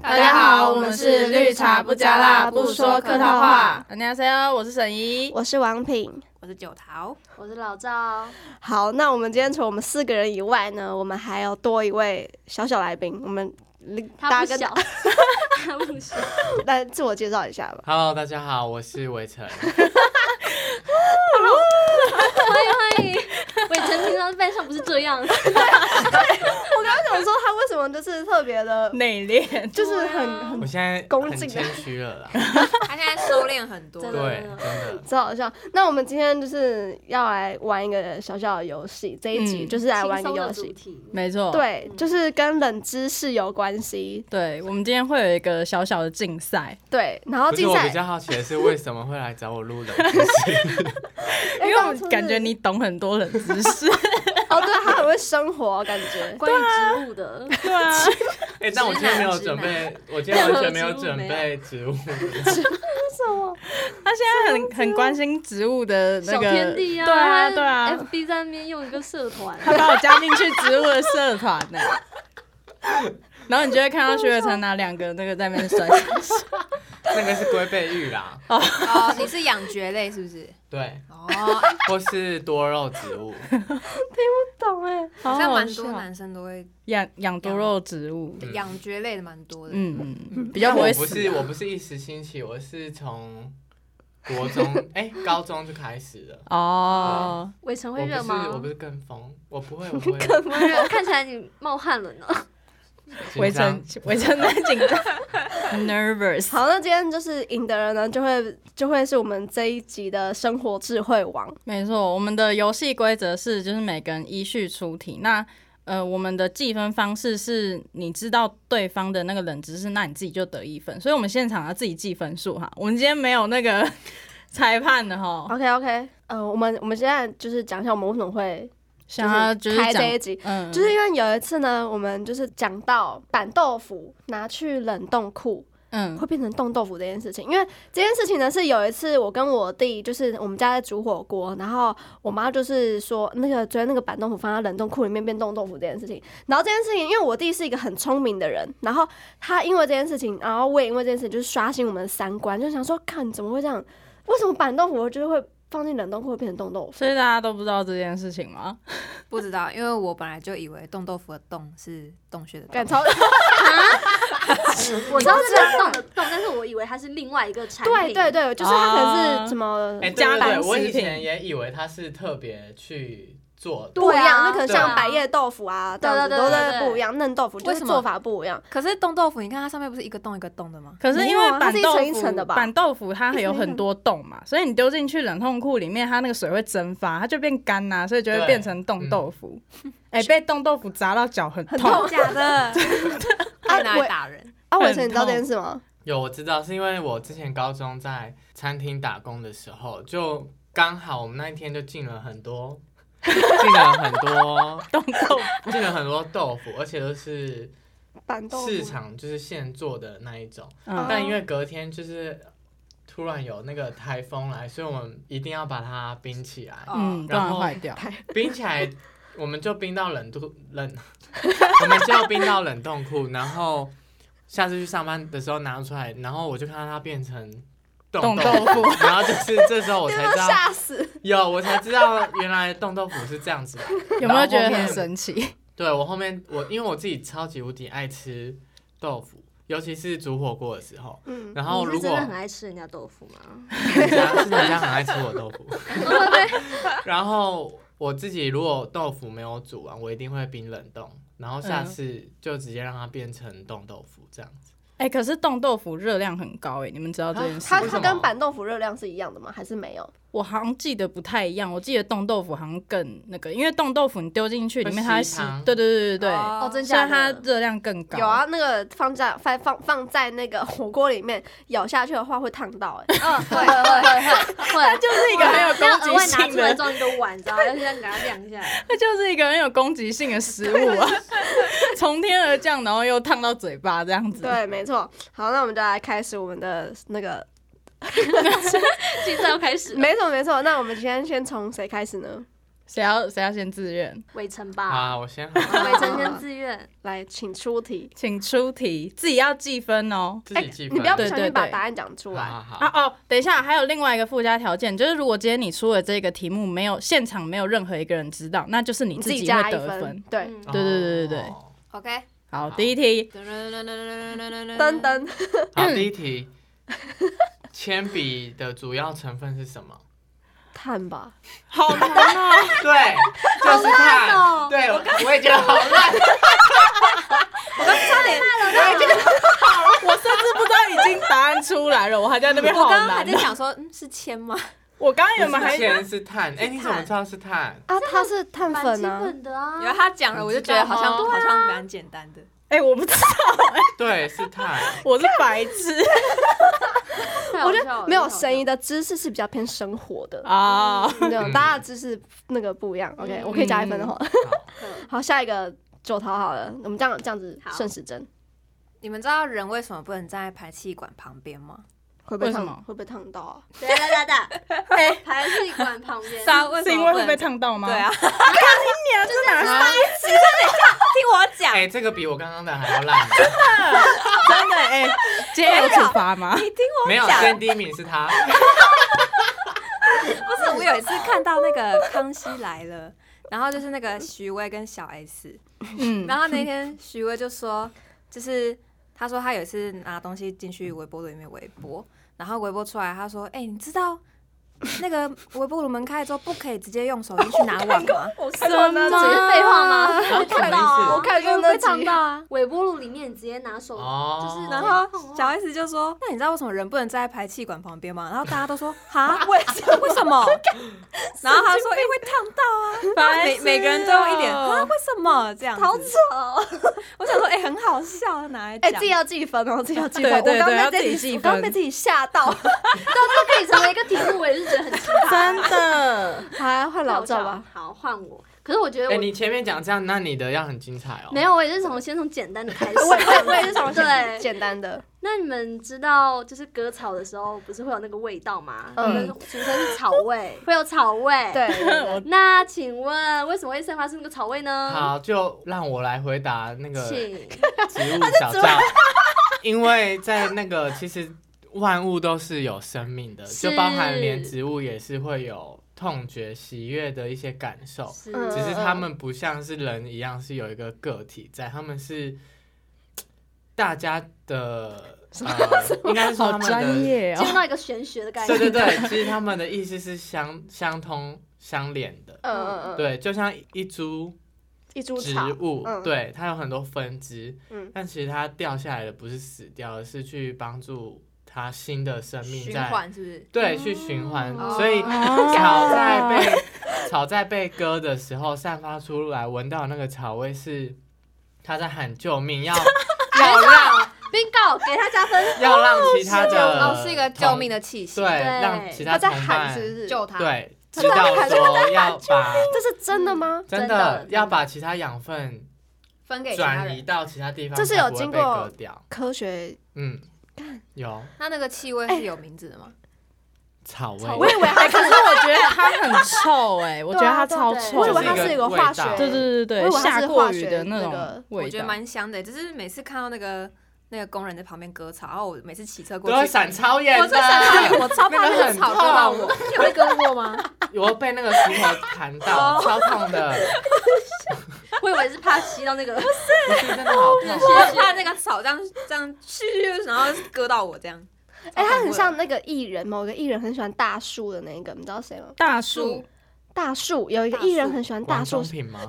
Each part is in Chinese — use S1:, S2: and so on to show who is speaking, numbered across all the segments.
S1: 好，我们是绿茶不加辣，不说客套话。大家好，我是沈怡。
S2: 我是王品。
S3: 我是九桃，
S4: 我是老赵，
S2: 好，那我们今天除了我们四个人以外呢，我们还有多一位小小来宾，我们
S4: 他
S2: 大
S4: 不
S2: 家
S4: 小
S2: 跟，
S4: 他不小，
S2: 来自我介绍一下吧。
S5: Hello，大家好，我是韦晨。
S4: 欢迎欢迎。伟成平常扮相不是这样，
S2: 我刚刚想说他为什么就是特别的，
S4: 嗯
S1: 内敛，
S2: 就是
S4: 啊
S2: 很很
S5: 我现在
S2: 恭
S5: 很
S2: 敬
S5: 谦虚了啦，
S3: 他现在收敛很多
S4: 真的
S5: 对，真的。
S2: 超好笑。那我们今天就是要来玩一个小小的游戏，这一集
S1: 嗯
S2: 就是来玩一个
S4: 轻松
S2: 游
S4: 的主
S2: 戏，
S4: 题。
S1: 没错，
S2: 对，
S4: 嗯
S2: 就是跟冷知识有关系。
S1: 对，我们今天会有一个小小的竞赛，
S2: 对，然后
S5: 不是
S2: 竞
S5: 我
S2: 赛
S5: 比，较好奇的是，为什么会来找我录的？就是
S2: 因
S1: 因为我们感觉你懂很多冷知识。
S2: 哦，对他很会生活，感 觉
S4: 关于植物的，
S1: 对啊，
S5: 哎，但我今天没有准备，我今天完全没有准备植物。
S1: 他现在很很关心植物的那
S4: 小
S1: 个，
S4: 天地啊，
S1: 对啊对
S4: 他
S1: 啊，
S4: ，FB 在那边用一个社团，
S1: 他把我加进去植物的社团呢、然后你就会看到徐伟成拿两个那个在那边摔，
S5: 那个是龟背玉啦，
S3: 哦，你是养蕨类是不是？
S5: 对，
S3: 哦，
S5: 或是多肉植物。
S2: 懂
S4: 啊
S2: 哎，
S3: 好像蛮
S1: 笑
S3: 多男生都会
S1: 养养多肉植物，
S5: 嗯
S3: 养蕨类的，蛮多的。
S1: 嗯嗯嗯，比较不会
S5: 我不
S1: 死
S5: 是，我不是一时兴起，我是从国中哎高中就开始了。
S1: 哦。
S4: 伟成
S5: 我
S4: 会
S5: 不
S4: 热
S5: 是
S4: 吗？
S5: 我不是跟风，我不会，我不会。
S4: 不会热，看起来你冒汗了呢。
S5: 紧
S1: 维
S5: 张
S1: 珍，维珍在紧张 ，nervous。
S2: 好，那今天就是赢的人呢，就会就会是我们这一集的生活智慧王。
S1: 没错，我们的游戏规则是就是每个人依序出题。那呃，我们的计分方式是你知道对方的那个冷知识，那你自己就得一分。所以我们现场要自己计分数哈。我们今天没有那个 裁判的哈，
S2: OK OK，呃，我们我们现在就是讲一下我们为什么会，
S1: 想要就是
S2: 开
S1: 讲
S2: 这一集，
S1: 嗯，
S2: 就是因为有一次呢，我们就是讲到板豆腐拿去冷冻库
S1: 嗯
S2: 会变成冻豆腐这件事情，因为这件事情呢是有一次我跟我弟就是我们家在煮火锅，然后我妈就是说那个昨天那个板豆腐放在冷冻库里面变冻豆腐这件事情，然后这件事情因为我弟是一个很聪明的人，然后他因为这件事情，然后我也因为这件事情就是刷新我们的三观，就想说看怎么会这样，为什么板豆腐就是会放进冷冻库会变成冻豆 腐？
S1: 所以大家都不知道这件事情吗？
S3: 不知道，因为我本来就以为冻豆腐的冻是洞穴的
S2: 感
S3: 洞。
S2: 超
S4: 我知道这个动的动，但是我以为它是另外一个产
S2: 对
S4: 品。
S2: 对
S4: 对，
S2: 对，就是它可能
S1: 啊
S2: 是什么
S5: 哎，对
S1: 加
S5: 对
S1: 班
S5: 对，我
S1: 食
S5: 以
S1: 品
S5: 前也以为他是特别去做
S2: 不一样，那可能
S5: 对啊
S2: 像百叶豆腐啊，
S4: 对
S2: 这样子
S4: 对
S2: 都
S4: 对对
S2: 是
S4: 对
S2: 不一样，嫩豆腐就
S3: 为
S2: 是
S3: 什么
S2: 做法不一样。
S3: 可是冻豆腐，你看它上面不是一个洞一个洞的吗？
S1: 可是
S2: 没
S1: 因
S2: 有啊
S1: 为
S2: 它
S1: 板
S2: 是一
S1: 豆
S2: 层一
S1: 腐，
S2: 层的吧
S1: 板豆腐它
S2: 一层
S1: 有
S2: 一层
S1: 很多洞 嘛，所以你丢进去冷冻库里面，它那个水会蒸发，它就变干呐、所以就会
S5: 对
S1: 变成冻豆腐。 哎、被冻豆腐砸到脚很痛，
S3: 假的，可以拿
S2: 我
S3: 来打人。
S2: 啊，
S1: 很
S2: 伟成，你知道这件事吗？
S5: 有，我知道，是因为我之前高中在餐厅打工的时候，就刚好我们那一天就进了很多， 进了很多，
S1: 冻豆腐。
S5: 进了很多豆腐，而且都是
S2: 板豆腐哦
S5: 市场就是现做的那一种。
S1: 嗯
S5: 但因为隔天就是突然有那个台风来，所以我们一定要把它冰起来，
S1: 嗯，
S5: 然
S1: 当然
S5: 后
S1: 坏掉。
S5: 冰起来我们就冰到冷冻冷， 我们就冰到冷冻库，然后下次去上班的时候拿出来，然后我就看到它变成冻
S1: 冻豆
S5: 腐， 然后就是这时候我才 知道，
S2: 吓死！
S5: 有我才知道原来冻豆腐是这样子的。
S1: 有没有觉得
S5: 然后后
S1: 很
S5: 面
S1: 神奇？
S5: 对我后面我因为我自己超级无敌爱吃豆腐，尤其是煮火锅的时候，
S2: 嗯，
S5: 然后
S4: 你
S5: 如
S4: 是真
S5: 果
S4: 的很爱吃人家豆腐吗？
S5: 人家是人家很爱吃我豆腐，然后我自己如果豆腐没有煮完，我一定会冰冷冻，然后下次就直接让它变成冻豆腐这样子。
S1: 哎、可是冻豆腐热量很高哎、你们知道这件事
S2: 它
S1: 吗？
S5: 为什
S2: 它
S5: 么
S2: 跟板豆腐热量是一样的吗？还是没有？
S1: 我好像记得不太一样，我记得冻豆腐好像更那个，因为冻豆腐你丢进去里面它
S5: 会
S1: 会
S5: 吸
S1: 吸
S5: 汤，
S1: 对对对对对，
S3: 哦
S2: 真
S1: 所以它热量更高。
S2: 有啊，那个放在放放放在那个火锅里面咬下去的话会烫到，哎，
S4: 嗯，会会会会会，
S1: 就是一个很有
S4: 要
S1: 攻
S4: 额外
S1: 击
S4: 拿
S1: 性
S4: 出来
S1: 的，
S4: 装一个碗，你知道吗？要先给它晾下来。
S1: 它就是一个很有攻击性的食 物啊，从天而降，然后又烫到嘴巴这样子。
S2: 对，没错。好，那我们就来开始我们的那个，
S4: 竞赛要开始了，
S2: 没错没错。那我们今天先从谁开始呢？
S1: 谁要谁要先自愿？
S4: 围城吧，
S5: 啊，我先好了
S4: 围城先自愿，
S2: 来，请出题。哎
S1: 请出题，自己要记分哦。
S5: 自己记分。
S2: 你不要不
S1: 对
S2: 小心把答案讲出来。
S5: 好好
S1: 啊
S5: 好，
S1: 哦，等一下，还有另外一个附加条件，就是如果今天你出的这个题目没有现场没有任何一个人知道，那就是你
S2: 你
S1: 自
S2: 自己
S1: 己
S2: 加
S1: 会
S2: 一
S1: 得
S2: 分，对，
S4: 嗯
S1: 对对对对对
S5: 哦
S3: OK，
S1: 好，第一 题，
S2: 噔
S3: 噔
S2: 噔，
S5: 好，第一题，铅笔的主要成分是什么？
S2: 碳吧，
S1: 好难哦。
S5: 对，就是
S4: 烂
S5: 碳。
S4: 哦
S5: 对，我我也觉得好烂。
S1: 我甚至不知道已经答案出来了，我还在那边
S3: 我
S1: 好
S3: 刚刚还
S1: 难
S3: 在
S1: 哦。
S3: 想说，嗯，是 铅吗？
S1: 我刚刚有
S5: 不
S1: 没有还
S5: 是铅是碳，哎，你怎么知道是碳？
S2: 啊，它是碳
S4: 蛮
S2: 粉
S4: 基
S2: 啊，
S4: 本的啊。
S3: 然后他讲了，我就觉得好像
S4: 对
S3: 好像蛮简单的。
S1: 哎、我不知道，
S5: 对，是碳。
S1: 我是白痴
S2: 我觉得没有
S4: 声
S2: 神
S4: 音。
S2: 医的知识是比较偏生活的，
S1: 啊、
S2: 你懂
S5: 嗯
S2: 大家的知识那个不一样。OK，
S4: 嗯
S2: 我可以加一分的话，
S4: 嗯
S2: 好，下一个九桃好了，我们这样这样子
S3: 好
S2: 顺时针
S3: 你们知道人为什么不能站在排气管旁边吗？
S2: 会被
S1: 为什么
S2: 烫，会被烫到啊？
S4: 对对对
S2: 哎
S4: 对，排气管旁边。
S3: 道为
S1: 是
S3: 什
S1: 因
S3: 么
S1: 为
S3: 不
S1: 会
S3: 能
S1: 被烫到吗？
S3: 对啊，，
S1: 你啊，这哪是
S3: 听我讲，
S5: 哎，这个比我刚刚的还要烂。
S1: 真的？哎、今天有处罚吗？
S3: 你听 我
S5: 没有，今
S3: 讲
S5: 天第一名是他。
S3: 不是，我有一次看到那个《康熙来了》，然后就是那个徐威跟小 S，
S1: 嗯，
S3: 然后那天徐威就说，就是他说他有一次拿东西进去微波炉里面微波，然后微波出来，他说：“哎、你知道那个微波炉门开了之后不可以直接用手机去拿碗吗？”
S2: 我看过那
S4: 这
S2: 集，
S4: 是废话吗？
S5: 然后什么
S4: 到啊
S5: 意
S2: 我
S5: 思？
S2: 看过
S4: 因为
S2: 那
S4: 会烫
S2: 集，
S4: 到啊！微波炉里面直接拿手，就是直
S5: 哦
S4: 接
S3: 然
S4: 烫啊
S3: 后小 S 就说：“那你知道为什么人不能站在排气管旁边吗？”然后大家都说：“哈，为为什么？”然后他说：“因为烫到啊。”然后
S1: 哎
S3: 每每个人都有一点啊，为什么这样？
S4: 好
S3: 子？
S4: 丑哦，
S3: 我想说，哎、很好笑，拿来
S2: 哎，
S3: 讲。
S2: 自己要记分哦，自己要记分。
S1: 对
S2: 我
S1: 对
S2: 刚
S1: 对，
S2: 刚
S1: 要
S2: 被
S1: 自己
S2: 自己，
S1: 记
S2: 我刚
S1: 分
S2: 刚被，自己吓到。
S4: 这啊可以成为一个题目，我也是觉得很奇 葩。
S1: 真的。
S2: 还换老赵吧，，
S4: 好换我。可是我觉得
S5: 哎，
S4: 我
S5: 你前面讲这样，那你的要很精彩哦。
S4: 没有，我也是从先从简单的开 始。
S2: 我我我也是从
S4: 对。
S2: 简单的，
S4: 那你们知道，就是割草的时候，不是会有那个味道吗？
S2: 嗯
S4: 嗯，俗称是草味， 会有草味。。
S2: 对对对对
S4: 那请问，为什么会散发出那个草味呢？，
S5: 好，就让我来回答那个
S4: 请。
S5: 植物小赵，因为在那个其实万物都是有生命的，
S4: 是
S5: 就包含连植物也是会有痛觉、喜悦的一些感受，
S4: 是
S2: 嗯
S5: 只是他们不像是人一样是有一个个体在，他们是大家的呃，应该是说
S1: 好
S5: 他们
S1: 专
S5: 的，
S1: 业哦！
S4: 进入到一个玄学的概
S5: 对
S4: 念。
S5: 对 对，其实他们的意思是相相通相连的，
S2: 嗯嗯嗯，
S5: 对，就像一株
S2: 一株
S5: 植
S2: 草，
S5: 物，
S2: 嗯
S5: 对，它有很多分支，
S2: 嗯
S5: 但其实它掉下来的不是死掉，而是去帮助它新的生命
S3: 循
S5: 在
S3: 环是不是？
S5: 对去循环，
S2: 嗯
S4: 哦
S5: 所以
S1: 哦
S5: 草在被 草在被割的时候散发出来，闻到那个草味是它在喊救命， 要要让
S4: bingo，给他加分。
S5: 要让其他
S3: 救
S5: 的
S3: 哦，是一个救命
S5: 的，
S3: 的气息，
S5: 呃对，让其
S2: 他
S5: 他
S2: 在
S5: 同
S2: 喊
S5: 伴
S2: 是不是？
S3: 救他。，
S5: 对知道说要把
S2: 这是真的吗？
S5: 真
S4: 真的
S5: 的要把其他养分。
S3: 分给其他
S5: 转移
S3: 人。
S5: 到其他地方，
S2: 这是有
S5: 才不会
S2: 经
S5: 被
S2: 过
S5: 割掉。
S2: 科学，
S5: 嗯，有
S3: 那那个气味是有名字的吗？
S5: 草味，
S2: 我以为它
S1: 可是我觉得它很臭哎、我觉得它超
S4: 对啊对啊
S1: 臭
S2: 我以
S1: 的。
S2: 为它
S5: 就是是
S2: 一
S5: 一
S2: 个
S5: 个
S2: 化学
S5: 味，道
S1: 对对对
S2: 我
S1: 对对，
S2: 以为它
S1: 下
S2: 是
S1: 过
S2: 化
S1: 雨
S2: 学
S1: 的
S2: 那
S1: 种
S2: 个
S1: 味道，
S3: 我觉得蛮香的，只是每次看到那个那个工人在旁边割草，然后我每次骑车过
S5: 都会
S3: 去，
S5: 闪超远
S3: 我
S5: 的，
S3: 就想说，我 超怕
S5: 那个
S3: 个
S5: 很
S3: 草割到
S5: 痛
S3: 我。你有被割过吗？
S5: 我被那个石头弹到，超痛的，
S4: 我以为是怕吸到那 个。
S5: 不是真的好痛。啊
S3: 我怕那个草这样这样去，然后割到我这样。
S2: 哎，它
S3: 哦
S2: 很像那个艺人，某个艺人很喜欢大树的那个，你知道谁吗？
S1: 大树。
S2: 大树有一个艺人很喜欢大
S5: 王
S2: 树
S5: 中，平吗？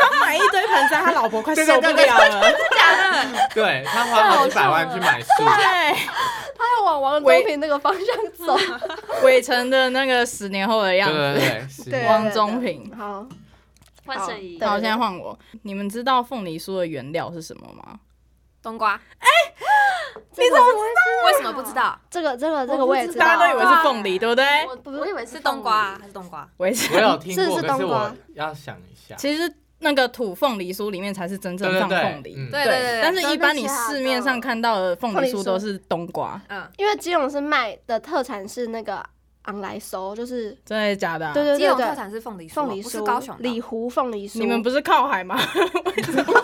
S1: 他买一堆盆栽，他老婆快
S5: 对
S1: 受
S5: 对
S1: 不
S5: 对对
S1: 了了。
S3: 假的，
S5: 对他花好几百万去买树，
S1: 对，
S2: 他要往王中平那个方向走。
S1: 伟成的那个十年后的
S5: 对
S1: 样子。
S5: 对对，是
S2: 对
S1: 王中平
S2: 好，
S4: 换
S2: 好
S4: 圣仪
S2: 对。
S1: 好，现在换我。你们知道凤梨酥的原料是什么吗？
S3: 冬瓜，
S2: 你怎么
S3: 为什么不知道？
S2: 这个这个这个
S4: 我不
S2: 我也
S4: 知
S2: 知
S4: 道
S1: 大
S2: 道
S1: 家都以为是凤梨，对不对？
S4: 我我以为
S3: 是
S4: 是
S3: 冬瓜
S4: 凤梨
S3: 还是冬瓜？
S1: 伟成
S5: 我有听过，
S2: 是是
S5: 可是
S2: 冬瓜
S5: 我要想一下，
S1: 其实那个土凤梨酥里面才是真正
S5: 对
S1: 放
S5: 对
S1: 凤
S5: 对，
S1: 梨。
S5: 嗯
S3: 对对对，
S1: 但是一般你
S4: 真的假的
S1: 市面上看到的凤梨酥都是冬瓜。
S3: 嗯，
S2: 因为基隆是卖的特产是那个昂来熟，就是
S1: 真的假的、啊？
S2: 对对
S3: 基
S2: 对
S3: 隆特
S2: 对，
S3: 产是凤梨酥哦，
S2: 凤梨
S3: 不是
S2: 酥
S3: 高雄的
S2: 里湖凤梨酥。
S1: 你们不是靠海吗？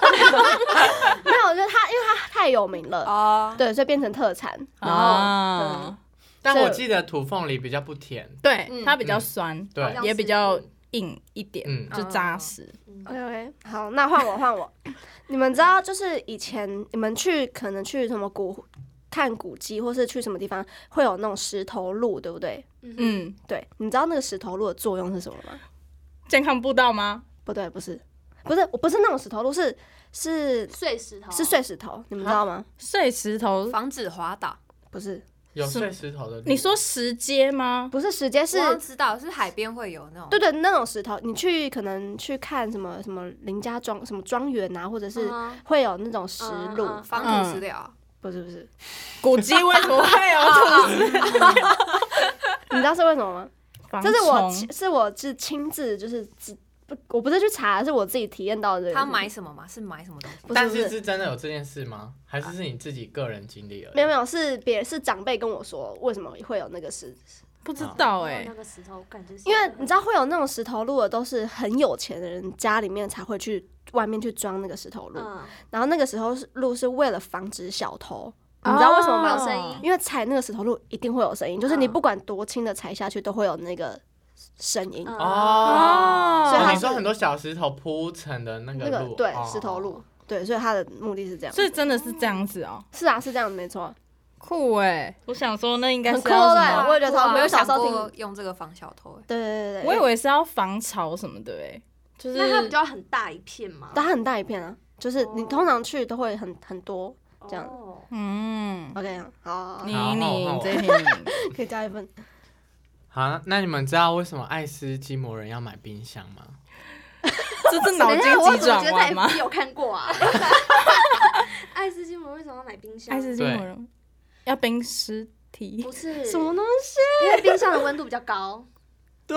S2: 没有？就是它，因为它太有名了，
S3: 哦。
S2: 对，所以变成特产。然后、
S1: 啊，
S5: 但我记得土凤梨比较不甜，
S1: 对，
S4: 嗯
S1: 它比较酸，
S5: 对
S3: 好像
S1: 也
S3: 是
S1: 比较硬一点，
S5: 嗯
S1: 就扎实。
S2: OK OK，好，那换我换我。 你们知道，就是以前你们去可能去什么古看古迹，或是去什么地方，会有那种石头路，对不对？
S4: 嗯，
S1: 嗯，
S2: 对，你知道那个石头路的作用是什么吗？
S1: 健康步道吗？
S2: 不对，不是，不是，不是那种石头路，是是
S4: 碎石头
S2: 是，碎石头，你们知道吗？
S1: 碎石头，
S3: 防止滑倒，
S2: 不是，
S5: 有碎石头的。
S1: 你说石阶吗？
S2: 不是石阶，是
S3: 我好像知道是海边会有那种，
S2: 对对那种石头，你去可能去看什么什么林家庄什么庄园啊，或者是
S4: 嗯
S2: 会有那种石路，
S4: 嗯嗯
S3: 防土石疗，
S2: 不是不是，
S1: 古迹为什么会有这种
S2: 你知道是为什么吗？
S1: 防
S2: 这是我
S1: 虫
S2: 亲是我是亲自就是自不，我不是去查，是我自己体验到的。
S3: 他买什么嘛？是买什么东西？
S2: 不是
S5: 但
S2: 不是
S5: 是是真的有这件事吗？还是是你自己个人经历而已？
S2: 没有没有是别是长辈跟我说为什么会有那个石，
S1: 不知道
S4: 然后
S1: 哎
S4: 那，个石头感觉是，
S2: 因为你知道会有那种石头路的都是很有钱的人家里面才会去外面去装那个石头路，
S5: 哦
S4: 嗯，
S2: 然后那个石头路是为了防止小偷，你知道为什么吗？
S4: 哦有声音
S2: 因为踩那个石头路一定会有声音，就是
S4: 嗯
S2: 你不管多轻的踩下去都会有那个声音。
S4: 嗯
S5: 哦
S2: 所以
S5: 哦
S2: 它
S5: 你
S2: 是
S5: 说很多小石头铺成的那
S2: 那
S5: 个
S2: 个
S5: 路，
S2: 对
S5: 哦
S2: 石头路，对，所以它的目的是这样。
S1: 所以真的是这样子哦，
S2: 是啊，是这样的，没错。
S1: 酷哎！我想说那应该
S2: 很
S1: 是
S2: 酷
S1: 要什
S2: 对不
S1: 么
S2: 啊对？我也觉得超酷
S3: 啊我没有
S2: 我小
S3: 想
S2: 时候
S3: 过
S2: 听，
S3: 用这个防小偷，欸
S2: 对对对对，
S1: 我以为是要防潮什么的哎，就是
S4: 那它比较很大一片嘛，
S2: 但它很大一片啊，就是你通常去都会很很多。这样
S4: 哦
S1: 嗯，
S2: OK，好好，好
S1: 你
S5: 好
S1: 你
S5: 好好
S1: 这一 题你
S2: 可以加一份。
S5: 好，那你们知道为什么爱斯基摩人要买冰箱吗？
S1: 这是脑
S4: 等一下，
S1: 筋
S4: 我怎么
S1: 急转
S4: 觉得
S1: 弯
S4: 在
S1: 吗？
S4: FB 有看过啊？爱斯基摩为什么要买冰箱？
S1: 爱斯基摩人要冰尸体，
S4: 不是
S2: 什么东西？
S4: 因为冰箱的温度比较高，
S5: 对，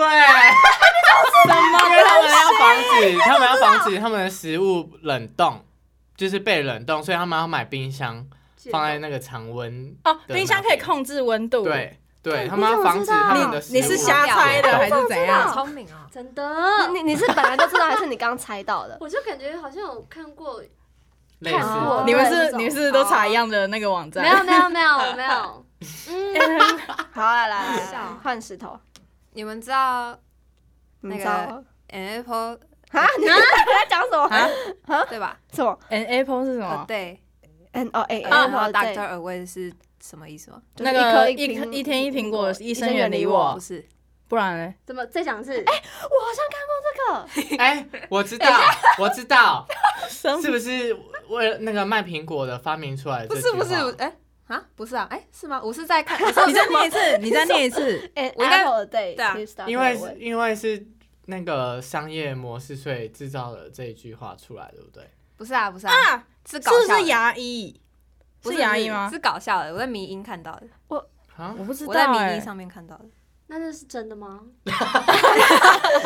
S5: 因为他们要防止，他们要防止他们的食物冷冻，就是被冷冻，所以他们要买冰箱放在那个常温
S1: 哦，
S5: 对
S1: 冰箱可以控制温
S2: 哦
S1: 度。，
S5: 对对，
S2: 你
S5: 他们要防止
S2: 啊
S5: 他们的食物
S1: 你是瞎猜的还是怎
S3: 好
S1: 样？
S3: 聪明哦！
S4: 真的。
S2: 你你是本来就知道，还是你刚猜到的？
S4: 我就感觉好像有看过，
S5: 类似
S4: 看过
S5: 的？
S1: 你们是
S4: 这种
S1: 你们是不是都查一样的那个网站？
S4: 没有没有没有我没有，嗯，
S2: 好，啊来来来来
S3: 笑，
S2: 换石头。
S3: 你们知道
S2: 你
S3: 那
S2: 知
S3: 个
S2: 道
S3: N Apple
S2: 啊？ 你在讲什么？
S1: 啊
S3: 对吧？
S2: 什么
S1: ，An Apple
S2: 啊
S1: 是什
S3: 呃
S1: 么？
S3: 对，
S2: ？N 哦 A
S3: 然
S2: N
S3: 后
S1: 啊
S2: 和
S3: Doctor Away 是什么意思吗？
S1: 那个
S2: 一
S1: 一
S2: 颗
S1: 一天一苹果一生
S2: 生
S1: 远离我
S3: 不是，
S1: 不然嘞？
S4: 怎么再讲一次？
S2: 我好像看过这个，
S5: 哎，我知道，
S3: 啊
S5: 我知道，
S1: 什么
S5: 是不是为了那个卖苹果的发明出来的
S3: 嗯不
S5: 这
S3: 是
S5: 句话？
S3: 不是，哎啊，不是啊，哎是吗？我是在看，我是
S1: 你再念一次，你再念一次。
S2: 哎，
S3: 我应该
S2: Apple 的 day，
S3: 对啊
S2: please stop
S5: 因为
S2: away
S5: 是因为是那个商业模式，所以制造了这一句话出来，对不对？
S3: 不是啊不是啊，
S1: 啊，
S3: 是
S1: 是
S3: 搞
S1: 不
S3: 笑
S1: 是
S3: 的，
S1: 牙医？
S3: 不
S1: 是牙医吗
S3: 是搞笑的，我在迷音看到的，
S5: 啊，
S1: 我不知
S3: 我在
S1: 道
S3: 迷音
S1: 哎。
S3: 上面看到的，
S4: 那这是真的吗？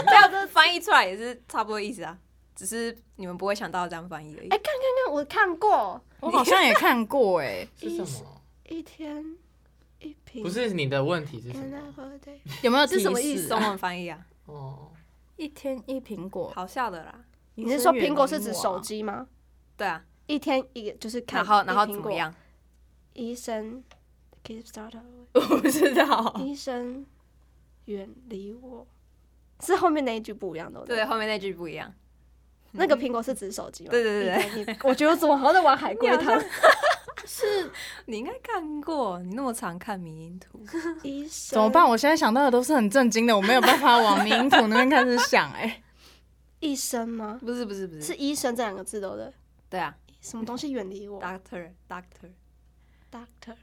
S3: 没有，这翻译出来也是差不多意思啊，只是你们不会想到这样翻译而已
S2: 哎。那我看过
S1: 我好像也看过哎，
S5: 是什么？
S2: 一天一瓶，
S5: 不是你的问题是什
S2: N
S3: 嗯
S5: 么？
S2: Apple day，
S1: 有没有
S3: 是什么
S1: 提
S3: 意
S1: 示
S3: 思？
S1: 啊
S3: 中文翻 译啊，
S5: 哦，
S1: 一天一苹果，
S3: 好笑的啦，
S2: 你是说苹果是指
S1: 啊
S2: 手？机 吗？
S3: 对啊，
S2: 一天一个就是看，
S3: 然后然后怎么？样？
S2: 医生，get started，
S1: 我不知
S3: 哦
S1: 道。
S2: 医生远离我，是后面那一句不一样的。
S3: 对，，后面那句不一样。
S2: 那个苹果是指手机吗？
S3: 对对对对
S2: 一天一 我觉得我怎么好像在玩海龟汤？
S3: 你应该看过，你那么常看迷因图，
S2: 医生
S1: 怎么办？？我现在想到的都是很震惊的，我没有办法往民土那边开始想哎。
S2: 医生吗？
S3: 不是不是不
S2: 是医生这两个字对不对？
S3: 对啊
S2: 什么东西远离 我
S3: ，Doctor Doctor
S2: ？Doctor，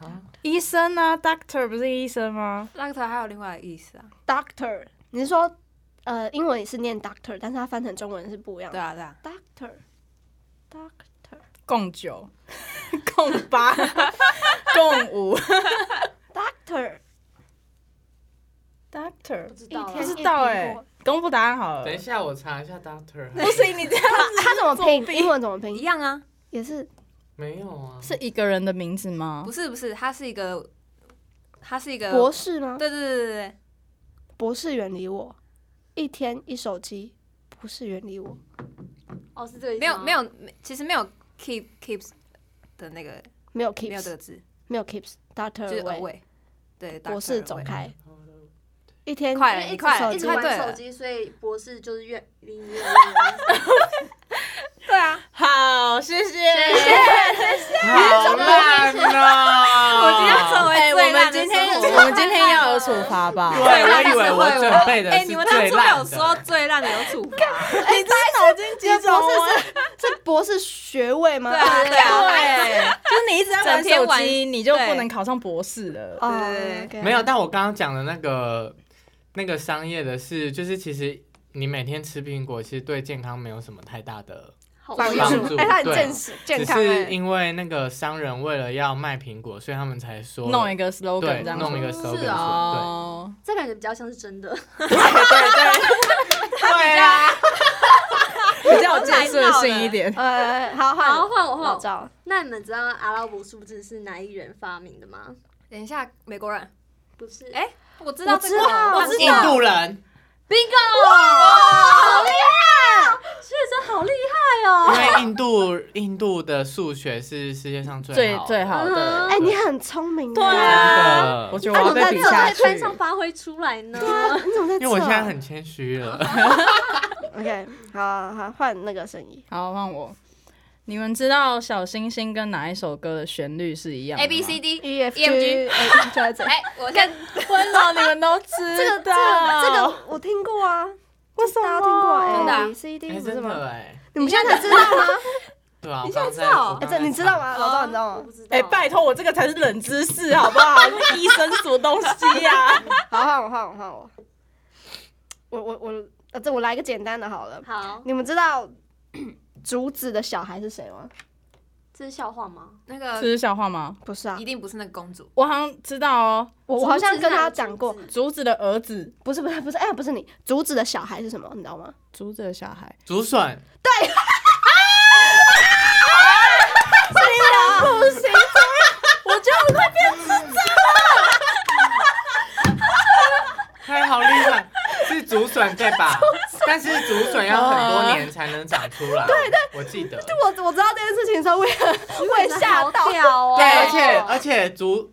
S5: 啊
S1: 医生啊，Doctor 不是医生吗？
S3: Doctor 还有另外的意思啊，
S2: Doctor，你是说呃英文也是念 Doctor，但是它翻成中文是不一样
S3: 对
S2: 的。
S3: 啊对啊，
S2: Doctor，Doctor，Doctor，
S1: 共九、共 八、共五，Doctor
S4: 不知
S2: 一啊
S4: 道
S2: 天
S4: 啊，
S1: 不知道
S3: 欸
S1: 哎、公布答案好了。
S5: 等一下，我查一下 Doctor。
S1: 不行，你这样
S2: 它它怎么 拼？英文怎么
S3: 一
S2: 拼？
S3: 样啊，
S2: 也是
S5: 没有啊，
S1: 是一个人的名字吗
S3: 哦不？是不是，它是一个它是一个
S2: 博士吗？
S3: 对对对对对，
S2: 博士远离我，一天一手机，不是远离我。
S4: 哦，是这个意思
S3: 没有
S4: 吗
S3: 没，有，其实没有 keep keeps 的那个
S2: 没有
S3: 没有
S2: keeps，
S3: 这个字，
S2: 没有 keeps，Doctor
S3: 就是
S2: Wei，
S3: away，对，
S2: 博士走
S3: away
S2: 开，一天
S3: 快
S4: 因
S3: 了
S4: 为
S3: 你
S4: 一直
S3: 快
S4: 手
S3: 了
S4: 一
S3: 你
S4: 直
S3: 快
S4: 玩
S3: 对
S4: 手
S3: 了
S4: 机，所以博士就是越离你越远。
S3: 对啊，
S1: 好，谢谢。
S5: 好烂啊呐！
S3: 我今天要成
S1: 哎、我们
S3: 为最烂的
S1: 今
S3: 生
S1: 天
S3: 活
S1: 我们今天要有处罚吧？
S5: 对， 我以为我准备的
S3: 哎、
S5: 是
S3: 你们
S5: 最
S3: 当初
S5: 烂
S3: 有说
S5: 的。
S3: 最烂的有处罚，
S1: 你这脑筋急转弯，
S2: 这博士学位吗？
S3: 对啊对 啊，
S1: 对，就是你一直在玩
S3: 整天
S1: 手
S3: 玩
S1: 机，你就不
S3: 对
S1: 能考上博士了。
S2: 哦
S3: 对
S2: ，OK
S5: 没有，但我刚刚讲的那个那个商业的是，就是其实你每天吃苹果，其实对健康没有什么太大的
S4: 好
S5: 帮
S4: 我
S5: 助。
S2: 哎，他很
S5: 对
S2: 健，实
S5: 只
S2: 健康
S5: 是
S2: 哎，
S5: 因为那个商人为了要卖苹果，所以他们才说
S1: 弄一
S5: 个
S1: 个
S5: 对
S1: slogan 这样
S5: 弄一个
S4: 是
S5: slogan 说
S1: 哦，
S4: 这感觉比较像是真的，
S5: 对对对对啊！
S1: 比较有建设性一点。
S2: 呃，好
S4: 好
S2: 好
S4: 换我换
S2: 老
S4: 我。
S2: 赵，
S4: 那你们知道阿拉伯数字是哪一人发明的吗？
S3: 等一下，美国人，
S4: 不是，
S3: 哎我知道
S2: 我
S3: 这
S2: 知
S3: 个，
S2: 道我知
S5: 印 度人，
S2: 哎
S4: ，bingo，好厉害，学生好厉害
S5: 因
S4: 哦。
S5: 为印度印度的数学是世界上最
S1: 最
S5: 好
S1: 最好的，
S2: 哎，你很聪明哎，
S1: 对啊
S5: 的
S1: 我，觉得
S4: 那
S1: 我
S4: 怎么
S1: 要
S4: 在
S1: 被
S4: 这
S1: 比
S4: 种
S1: 下
S4: 在
S1: 去。
S4: 班上发挥出来呢？
S2: 你怎么在
S5: 因为
S2: 这？
S5: 我现在很谦虚了。
S2: 哦 OK，好好换那个声音，
S1: 好，换我。你们知道小星星跟哪一首歌的旋律是一样的吗
S3: A B C D，
S2: E F G，
S3: EFG
S2: 哎就在这。
S3: 哎、我先
S1: 为什哦么你们都知道？
S2: 这个这个这个我听过啊，为什大家听过
S3: 真的啊
S2: A B C D
S5: 哎，
S2: 不是
S5: 真的
S2: 吗？
S5: 哎，
S2: 你们现在才知道吗？
S5: 对啊，
S3: 你
S5: 我
S3: 现在
S5: 刚
S3: 知
S5: 才
S3: 道
S5: 我
S2: 哎，
S5: 刚
S2: 这
S5: 才
S2: 你知道
S5: 查
S2: 吗？
S3: 哦
S2: 老赵，你知道
S4: 我
S2: 吗
S4: 不？知道。
S1: 哎、拜托，我这个才是冷知识，好 不好？这医生什么东西呀、
S2: 好，换我，换我，换我。我我我，呃，这我来一个简单的好了。
S4: 好，
S2: 你们知道 竹子的小孩是谁吗？
S4: 这是笑话吗？
S3: 那
S1: 这
S3: 个
S1: 是笑话吗？
S2: 不是啊
S3: 一，定不是那个公主，
S1: 我好像知道哦，
S2: 我我好像
S4: 竹子
S2: 跟
S4: 是哪
S2: 他
S4: 个
S2: 讲过
S4: 竹，子
S1: 竹子的儿子，
S2: 不是不是不是，哎，不是你，竹子的小孩是什么？你知道吗？
S1: 竹子的小孩，
S5: 竹笋，
S2: 啊
S1: 不行，我觉得我快变
S5: 哎，好厉害，是竹笋对吧？但是竹笋要很多年才能长出来，对对，我记得。
S2: 我我知道这件事情的时候，我也我也哎吓到
S4: 好。屌哦！
S5: 对，而且而且竹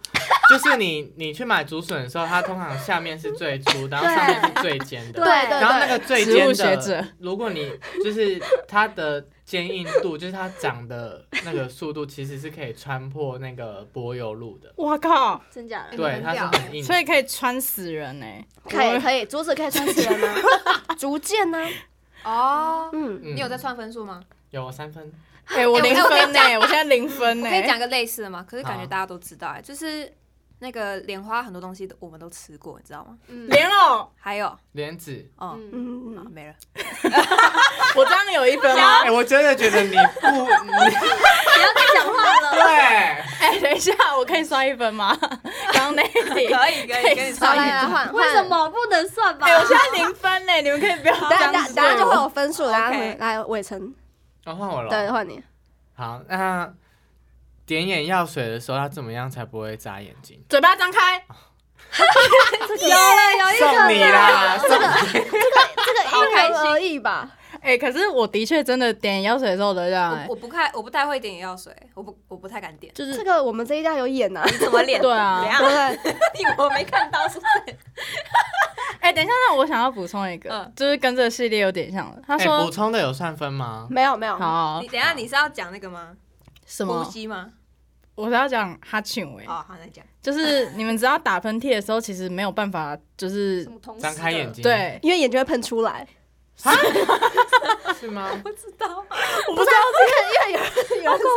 S5: 就是你你去买竹笋的时候，它通常下面是最粗，然后上面是最尖的。
S2: 对对
S5: 然后那
S2: 对，
S5: 个最
S1: 植物
S5: 尖
S1: 学者
S5: 的，如果你就是它的坚硬度，就是它长的那个速度，其实是可以穿破那个柏油路的。
S1: 我靠，
S4: 真假的？
S5: 对，它是很硬的。
S1: 所以可以穿死人欸呢、
S2: 可以可以，竹子可以穿死人吗？ 竹箭呢？
S3: 哦，
S2: 嗯，
S5: 嗯
S3: 你有在算分数吗？
S5: 有三分，
S1: 哎、我零
S3: 我可以
S1: 分呢、我现在零分欸呢、
S3: 我可以讲个类似的吗？可是感觉
S5: 好
S3: 大家都知道、哎，就是那个莲花很多东西都我们都吃过，你知道吗？
S4: 嗯
S1: 莲藕，
S3: 还有，
S5: 莲子。
S3: 哦、
S4: 嗯
S2: 嗯
S3: 啊
S2: 嗯，
S3: 没了，
S1: 我这样有一分吗？
S5: 哎、我真的觉得你不， 你
S4: 不要再讲话了。
S5: 对，
S1: 哎、等一下，我可以算一分吗？ 刚刚那一题，
S3: 可以可以跟你
S2: 好
S3: 算
S2: 来
S3: 一
S2: 来
S3: 下。
S2: 换，
S4: 为什
S2: 换
S4: 么不能算吧？
S1: 哎、我现在零分呢、你们可以不要这
S2: 等下
S1: 样
S2: 等下
S1: 子
S2: 等下
S1: 对
S2: 就会有
S1: 我。
S2: 分数，然后
S3: OK
S2: 来伟成，
S5: 然哦后换我
S2: 对，
S5: 了。
S2: 换你。
S5: 好，那点眼药水的时候要怎么样才不会眨眼睛？
S1: 嘴巴张开，
S4: 有了有一
S5: 送你啦，送
S2: 这个因人而异吧。
S1: 哎、可是我的确真的点眼药水的时候都这样、哎
S3: 我我不太我不太会点眼药水，我不我不太敢点。
S1: 就
S2: 这
S1: 是
S2: 个我们这一家有 演呐，
S3: 怎么脸
S1: 对啊
S3: 怎
S2: 对
S3: 样
S2: 不对？
S3: 我没看到是不是？
S1: 哎、等一下，那我想要补充一个，
S3: 嗯
S1: 就是跟这个系列有点像的。他
S5: 哎，补、
S1: 说，
S5: 充的有算分吗？
S2: 没有没有，
S1: 好
S3: 你等一下你是要讲那个吗？
S1: 哦什
S3: 呼
S1: 么？哎
S3: 吸吗？
S1: 我是要讲哈欠喂，
S3: 哦，好，那你讲。
S1: 就是你们只要打喷嚏的时候，其实没有办法，就是
S4: 什么同时的
S5: 张开眼，睛，，
S1: 对，
S2: 因为眼睛会喷出来。
S5: 是吗？
S3: 不知道，
S2: 不是啊，这个因为有人有人说，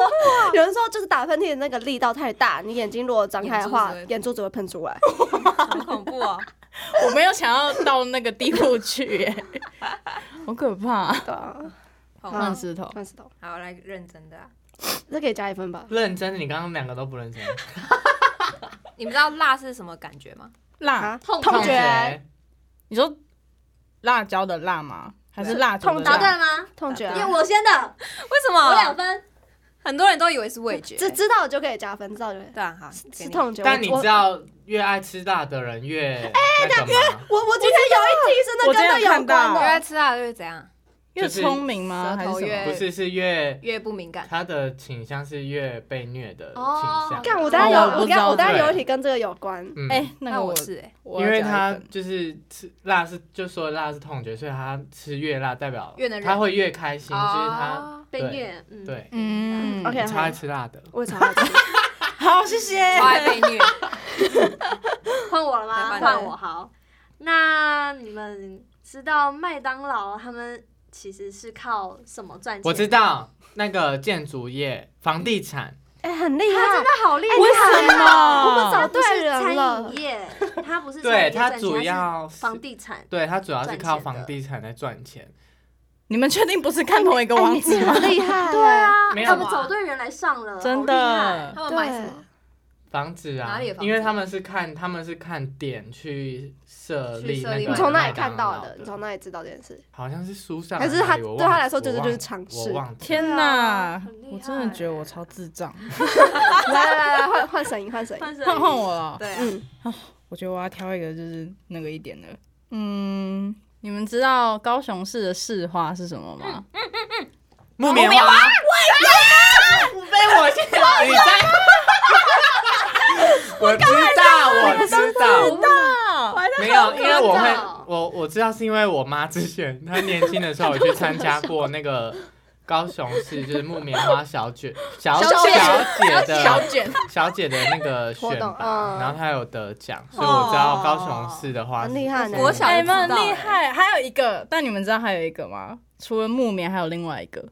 S2: 有人说就是打喷嚏的那个力道太大，你眼睛如果张开的话，眼
S3: 眼
S2: 珠子会喷出来。
S3: 好恐怖 哦！
S1: 我没有想要到那个地步去、哎，好可怕、
S2: 对啊，
S3: 好
S2: 啊
S1: 换石头，
S2: 看石头，
S3: 好，来认真的啊。
S2: 这可以加一分吧？
S5: 认真，你刚刚两个都不认真。
S3: 你们知道辣是什么感觉吗？
S1: 辣，
S2: 啊，
S4: 痛
S2: 痛
S5: 觉
S2: 觉，
S1: 你说辣椒的辣吗？还是辣椒的
S2: 痛
S1: 辣
S4: 答对了吗？
S2: 痛觉啊，
S4: 因为我先的，
S3: 为什
S4: 我两
S3: 么？
S4: 分，
S3: 很多人都以为是味觉，
S2: 只知道就可以加分，知道就可以。
S3: 对啊，好，给
S2: 是
S3: 你
S2: 痛觉，
S5: 但你
S2: 我
S5: 知道越爱吃辣的人越哎，吗？
S2: 我我今天有一题是那
S1: 我今
S2: 跟
S1: 天
S2: 那
S1: 有
S2: 有
S1: 看到
S2: 关
S3: 越
S2: 的，
S3: 爱吃辣的越怎样，
S1: 越
S5: 就是
S1: 聪明吗？
S3: 舌
S1: 还
S3: 头
S1: 是什
S3: 越
S1: 么？
S5: 不是是越
S3: 越不敏感。
S5: 他的倾向是越被虐的
S4: 哦
S5: 倾向。
S2: 干，我等下有，
S1: 哦我
S2: 我
S1: 不知
S2: 刚
S1: 道
S2: 我等下
S5: 对
S2: 有一题跟这个有关。
S5: 嗯
S1: 哎，那
S3: 那
S1: 个
S3: 我
S1: 我，
S3: 是哎，
S1: 我
S5: 因
S1: 要
S5: 为
S1: 加一
S5: 他
S1: 分
S5: 就是吃辣是就说辣是痛觉，所以他吃越辣代表
S3: 越能忍
S5: 他会越开心，就是他
S3: 哦
S4: 被
S5: 对
S4: 虐，嗯，
S5: 对。
S1: 嗯
S2: OK
S5: 我超爱吃辣的，
S2: 我也超爱吃，
S1: 好，谢谢。
S3: 超爱被 虐，
S4: 换我了吗？
S3: 对换
S4: 换
S3: 你
S4: 我好。那你们知道麦当劳他们其实是靠什么赚钱？
S5: 我知，道那个建筑业、房地产，
S2: 哎，很厉害，
S4: 他真的好厉害，啊
S1: 为什么？
S2: 我们找对人
S4: 餐
S2: 了
S4: 饮。业，他不是餐饮
S5: 对
S4: 业赚
S5: 它
S4: 钱
S5: 主要
S4: 它是房地产。
S5: 对它主要是靠
S4: 赚钱的
S5: 房地产在赚钱。
S1: 你们确定不是看同一个
S2: 哎
S1: 网址吗？
S2: 厉害，
S4: 对，啊，
S5: 没有
S4: 他们
S3: 啊
S4: 找对人来上了，
S1: 真
S4: 好厉害
S1: 的，
S3: 他们买什么？
S5: 房子
S3: 哪
S5: 啊
S3: 里的，房子
S5: 因为他们是看他们是看点去设立
S3: 去设
S5: 那
S3: 立
S1: 啊
S5: 个
S2: 你从哪里
S5: 麦当
S2: 看到
S5: 劳
S2: 的？你从哪里知道这件事？
S5: 好像是书上
S2: 还是
S5: 哪
S2: 他
S5: 里我忘
S2: 对他来说
S5: 我
S2: 这就
S5: 忘
S2: 就是尝试
S5: 我忘记
S1: 天
S4: 对啊
S1: 哪
S4: 很厉！害
S1: 我真的觉得我超智障。
S2: 来来来来，换换沈莹，换沈莹。
S1: 换换我了，
S3: 对啊，
S2: 嗯，
S1: 我觉得我要挑一个就是那个一点的。嗯，你们知道高雄市的市花是什么吗？
S4: 嗯
S5: 木棉花，被我现在你在，我知道，我知道，
S4: 嗯
S1: 道，
S5: 没有，因为我
S4: 知
S5: 会
S4: 道，
S5: 我我知道是因为我妈之前她年轻的时候有去参加过那个。高雄市就是木棉花小姐小
S2: 小姐
S5: 姐的
S1: 小卷，
S5: 小姐的那个选
S2: 活动
S5: 拔，
S2: 嗯
S5: 然后她有得奖，所以我知道高雄市的花
S2: 很
S5: 是
S2: 厉害呢。
S3: 国小
S1: 哎，
S3: 就知道
S1: 们很厉
S3: 了
S1: 害。还有一个，但你们知道还有一个吗？除了木棉，还有另外一个，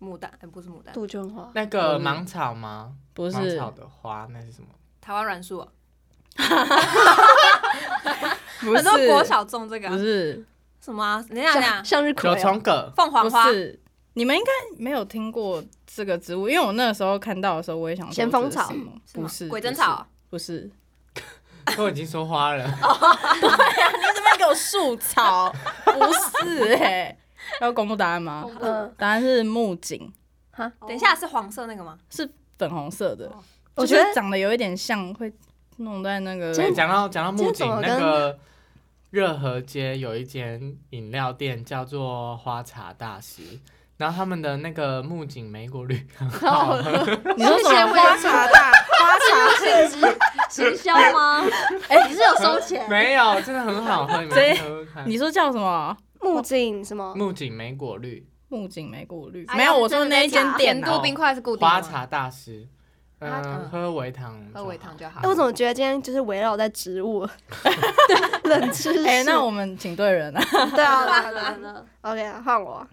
S3: 牡丹，哎不是牡丹，
S2: 杜鹃花，
S5: 那个芒草吗？
S1: 不
S5: 芒
S1: 是
S5: 草的花那是什么？
S3: 台湾软树哦，
S1: 不
S3: 很
S1: 是
S3: 多国小种这个啊
S1: 不是
S3: 什么啊？你讲讲
S2: 向日葵
S5: 九
S2: 哦。
S5: 重葛
S3: 凤凰
S1: 不
S3: 花，
S1: 是，你们应该没有听过这个植物，因为我那个时候看到的时候，我也想说
S2: 咸丰草
S1: 这是什么
S3: 是吗
S1: 不是
S3: 鬼针草，
S1: 不是，
S5: 都已经说花了。
S1: 这边给我树草，不是哎、要公布答案吗？
S2: 嗯，
S1: 答案是木槿，
S4: 哦
S3: 等一下是黄色那个吗？
S1: 是粉红色的，
S2: 我
S1: 就
S2: 觉
S1: 是
S2: 得
S1: 长得有一点像，会弄在那个
S5: 对，讲到讲到木
S2: 今天怎
S5: 槿
S2: 么
S5: 那
S2: 跟
S5: 个热河街有一间饮料店叫做花茶大师，然后他们的那个木槿莓果绿很好喝，
S1: 你说什么花茶大花茶？
S4: 这是行销吗？ 哎，你是有收钱？
S5: 没有，真的很好喝，你们
S1: 这
S5: 去喝喝看。
S1: 你说叫什么？
S2: 木槿什么？
S5: 木槿莓果绿
S1: 木槿没过滤，
S4: 哎呀
S1: 没有，我说那一间店
S3: 甜
S1: 啊
S3: 度冰块是固定
S5: 花
S3: 的吗，
S5: 茶大师，
S3: 花茶
S5: 嗯，喝微糖，
S3: 喝微糖就好
S2: 哎，我怎么觉得今天就是围绕在 植物？冷知识。
S1: 哎、那我们请对人啊！
S2: 对啊对啊
S4: 好
S2: 对啊
S4: 了，了
S2: OK，换我。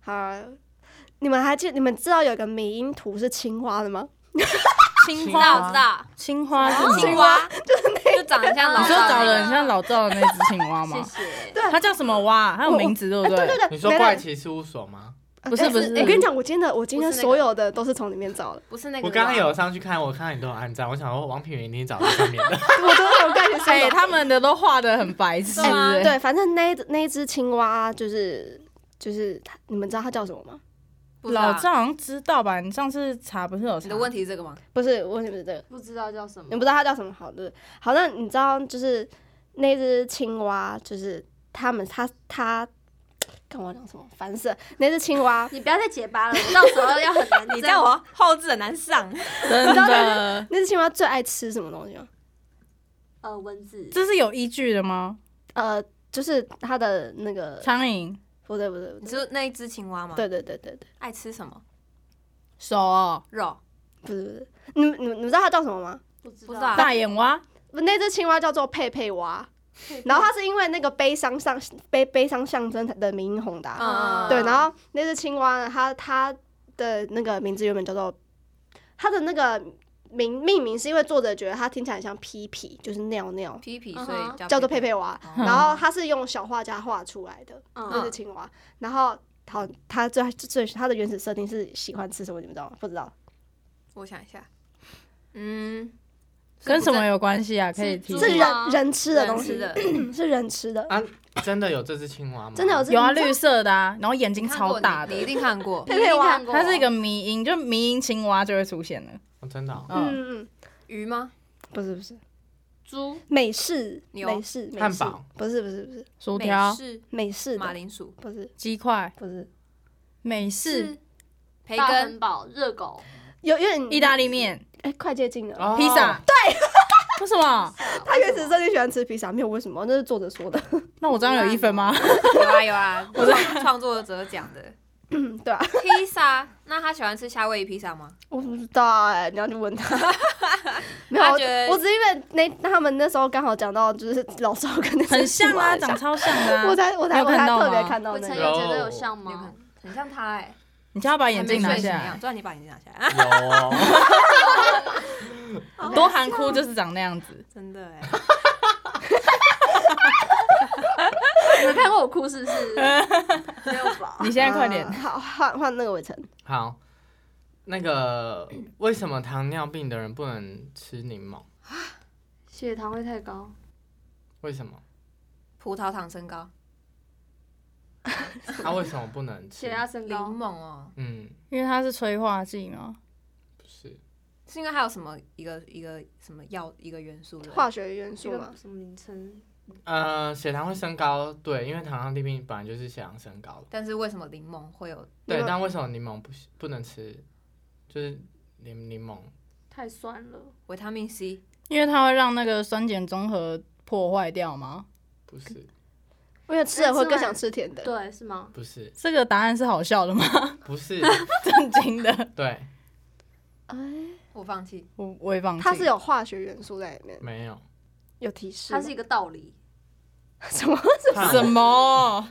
S2: 好啊，你们还记你们知道有个迷因图是青蛙的吗？
S1: 青
S5: 青
S3: 知道
S1: 花
S3: 我知，道，
S1: 青花是什
S3: 青
S1: 么？
S3: 蛙就长得哦像老
S1: 你说
S3: 赵
S1: 长得
S3: 那个
S1: 很像老赵的那只青蛙
S4: 谢
S1: 吗？
S4: 谢。
S1: 它叫什么蛙？啊它有名字对不
S3: 哎
S1: 对？
S2: 哎对对，
S5: 哦你说
S2: 没了
S5: 怪奇事务所吗？
S2: 呃
S1: 不是
S2: 哎
S1: 不是
S2: 我跟你讲，我今天的我今天
S3: 不是那个
S2: 所有的都是从里面找 的，
S3: 不是那个蛙。
S5: 我刚刚有上去看，我看到你都有按赞，我想说王品源一定找到上面的。
S2: 我都有感觉
S1: 哎、
S2: 是
S1: 他们的都画的很白痴、
S3: 对啊
S1: 哎
S2: 对，反正那一那一只青蛙就是就是它，你们知道它叫什么吗？
S3: 不知道
S1: 老赵好像知道吧？你上次查不是有查？
S3: 你的问题是这个吗？
S2: 不是，我也不是这个，
S4: 不知道叫什么
S2: 你不知道它叫什么好的。好，那你知道就是那只青蛙，就是他们它它跟我讲什么烦死了，那只青蛙，
S4: 你不要再结巴了，我到时候要很难
S3: 你叫我后置很难上，
S1: 真的？
S2: 那只青蛙最爱吃什么东西吗？
S4: 呃文字，
S1: 这是有依据的吗？
S2: 呃，就是它的那个，
S1: 苍蝇
S2: 不对不对不
S3: 你
S2: 对，
S3: 是那一只青蛙吗？，
S2: 对对对对对，
S3: 爱吃什么
S1: 手哦、
S3: 肉？
S2: 不是不是，你们你们你们知道它叫什么吗？
S4: 不知
S3: 不知
S4: 道
S3: 道
S1: 大眼蛙，
S2: 不那只青蛙叫做佩佩 蛙，然后它是因为那个悲伤上悲悲伤象征的名音红的啊、
S4: 嗯
S2: 对，然后那只青蛙呢，它它的那个名字原本叫做它的那个名命名是因为作者觉得它听起来很像屁屁，就是尿尿，
S3: 皮皮，
S4: 嗯
S3: 所以
S2: 叫做佩。佩蛙，
S3: 哦
S2: 然后它是用小画家画出来的那只
S4: 嗯，
S2: 青蛙，然后。好，它最最它的原始设定是喜欢吃什么，你们知道吗？不知道，
S3: 我想一下，嗯，
S1: 跟什么有关系啊？可以提
S4: 猪
S2: 是
S4: 吗
S2: 人人吃的东
S3: 吃
S2: 西，
S3: 的，
S1: 嗯
S2: 是人吃的，
S5: 啊，真的有这只青蛙吗？
S2: 真的有这
S1: 有啊，绿色的啊，然后眼睛超大
S3: 你
S1: 的，
S3: 一定看过
S4: 你
S2: 佩佩蛙
S4: 看过
S1: 它是一个迷音，就迷音青蛙就会出现的。
S5: 哦真的哦
S1: 嗯，
S2: 嗯嗯，
S3: 鱼吗？
S2: 不是不是，
S4: 猪
S2: 美式
S3: 牛
S2: 美式美式
S5: 汉堡
S2: 不是不是不是
S1: 薯
S3: 美
S1: 条、
S3: 式
S2: 美式
S3: 马
S2: 的，
S3: 铃薯、
S2: 不是
S1: 鸡块、
S2: 不是，
S1: 美式、
S3: 培
S4: 大
S3: 根
S4: 汉、堡、热狗，
S2: 有有点
S1: 意大利面、
S2: 哎，快接近了。
S5: 哦
S1: 披萨。对， 为什么？
S2: 他原始设定喜欢吃披萨，没有为什么，那是作者说的。
S1: 那我这样有一分吗？
S3: 有啊有啊，创创作者讲的
S2: 嗯，对啊，
S3: 披萨。那他喜欢吃夏威夷披萨吗？
S2: 我不知道哎、你要去问他。没有，
S3: 他
S2: 我
S3: 觉得
S2: 我只是因为那他们那时候刚好讲到，就是老少跟那 些
S1: 很像 啊，
S2: 青蛙
S1: 长超像的啊
S2: 我。才我
S1: 你
S2: 才
S1: 有
S2: 我才
S1: 看到
S2: 特别
S1: 吗
S2: 看到
S4: 伟
S2: 那
S4: 成
S2: 个。
S4: 有觉得有像吗？
S3: 很像他哎，
S1: 你叫他把眼镜拿下
S3: 还没睡醒一样
S1: 来，
S3: 不然你把眼镜拿下来，啊
S5: 有哦，
S1: 多含哭就是长那样子。
S3: 真的哎。
S4: 你们看过我哭是不是？ 没有吧？
S1: 你现在快点
S2: 啊，好换换那个伟成，
S5: 好。那个为什么糖尿病的人不能吃柠檬？
S4: 血糖会太高，
S5: 为什么？
S3: 葡萄糖升高，
S5: 他、为什么不能吃
S4: 血？压升
S3: 柠
S4: 高，
S3: 檬哦，
S5: 嗯，
S1: 因为它是催化剂嘛。
S5: 不是，
S3: 是因为还有什么一个一个什么药一个元素的？
S2: 化学元
S4: 这
S2: 素嘛
S4: 个，什么名称？
S5: 呃，血糖会升高，对，因为糖尿病本来就是血糖升高的，
S3: 但是为什么柠檬会有？
S5: 对。
S2: 柠檬
S5: 但为什么柠檬不行不能吃？就是柠柠檬
S4: 太酸了，
S3: 维他命 C
S1: 因为它会让那个酸碱中和破坏掉吗？
S5: 不是
S2: 因为吃了会更想吃甜的。
S4: 对，是吗？
S5: 不是
S1: 这个答案是好笑的吗？
S5: 不是
S1: 震惊的，
S5: 对，
S2: 哎，
S3: 我放弃，
S1: 我我也放弃。
S2: 它是有化学元素在里面，
S5: 没有
S2: 有提示吗。
S4: 它是一个道理。
S2: 什么？
S3: 啊
S1: 什么？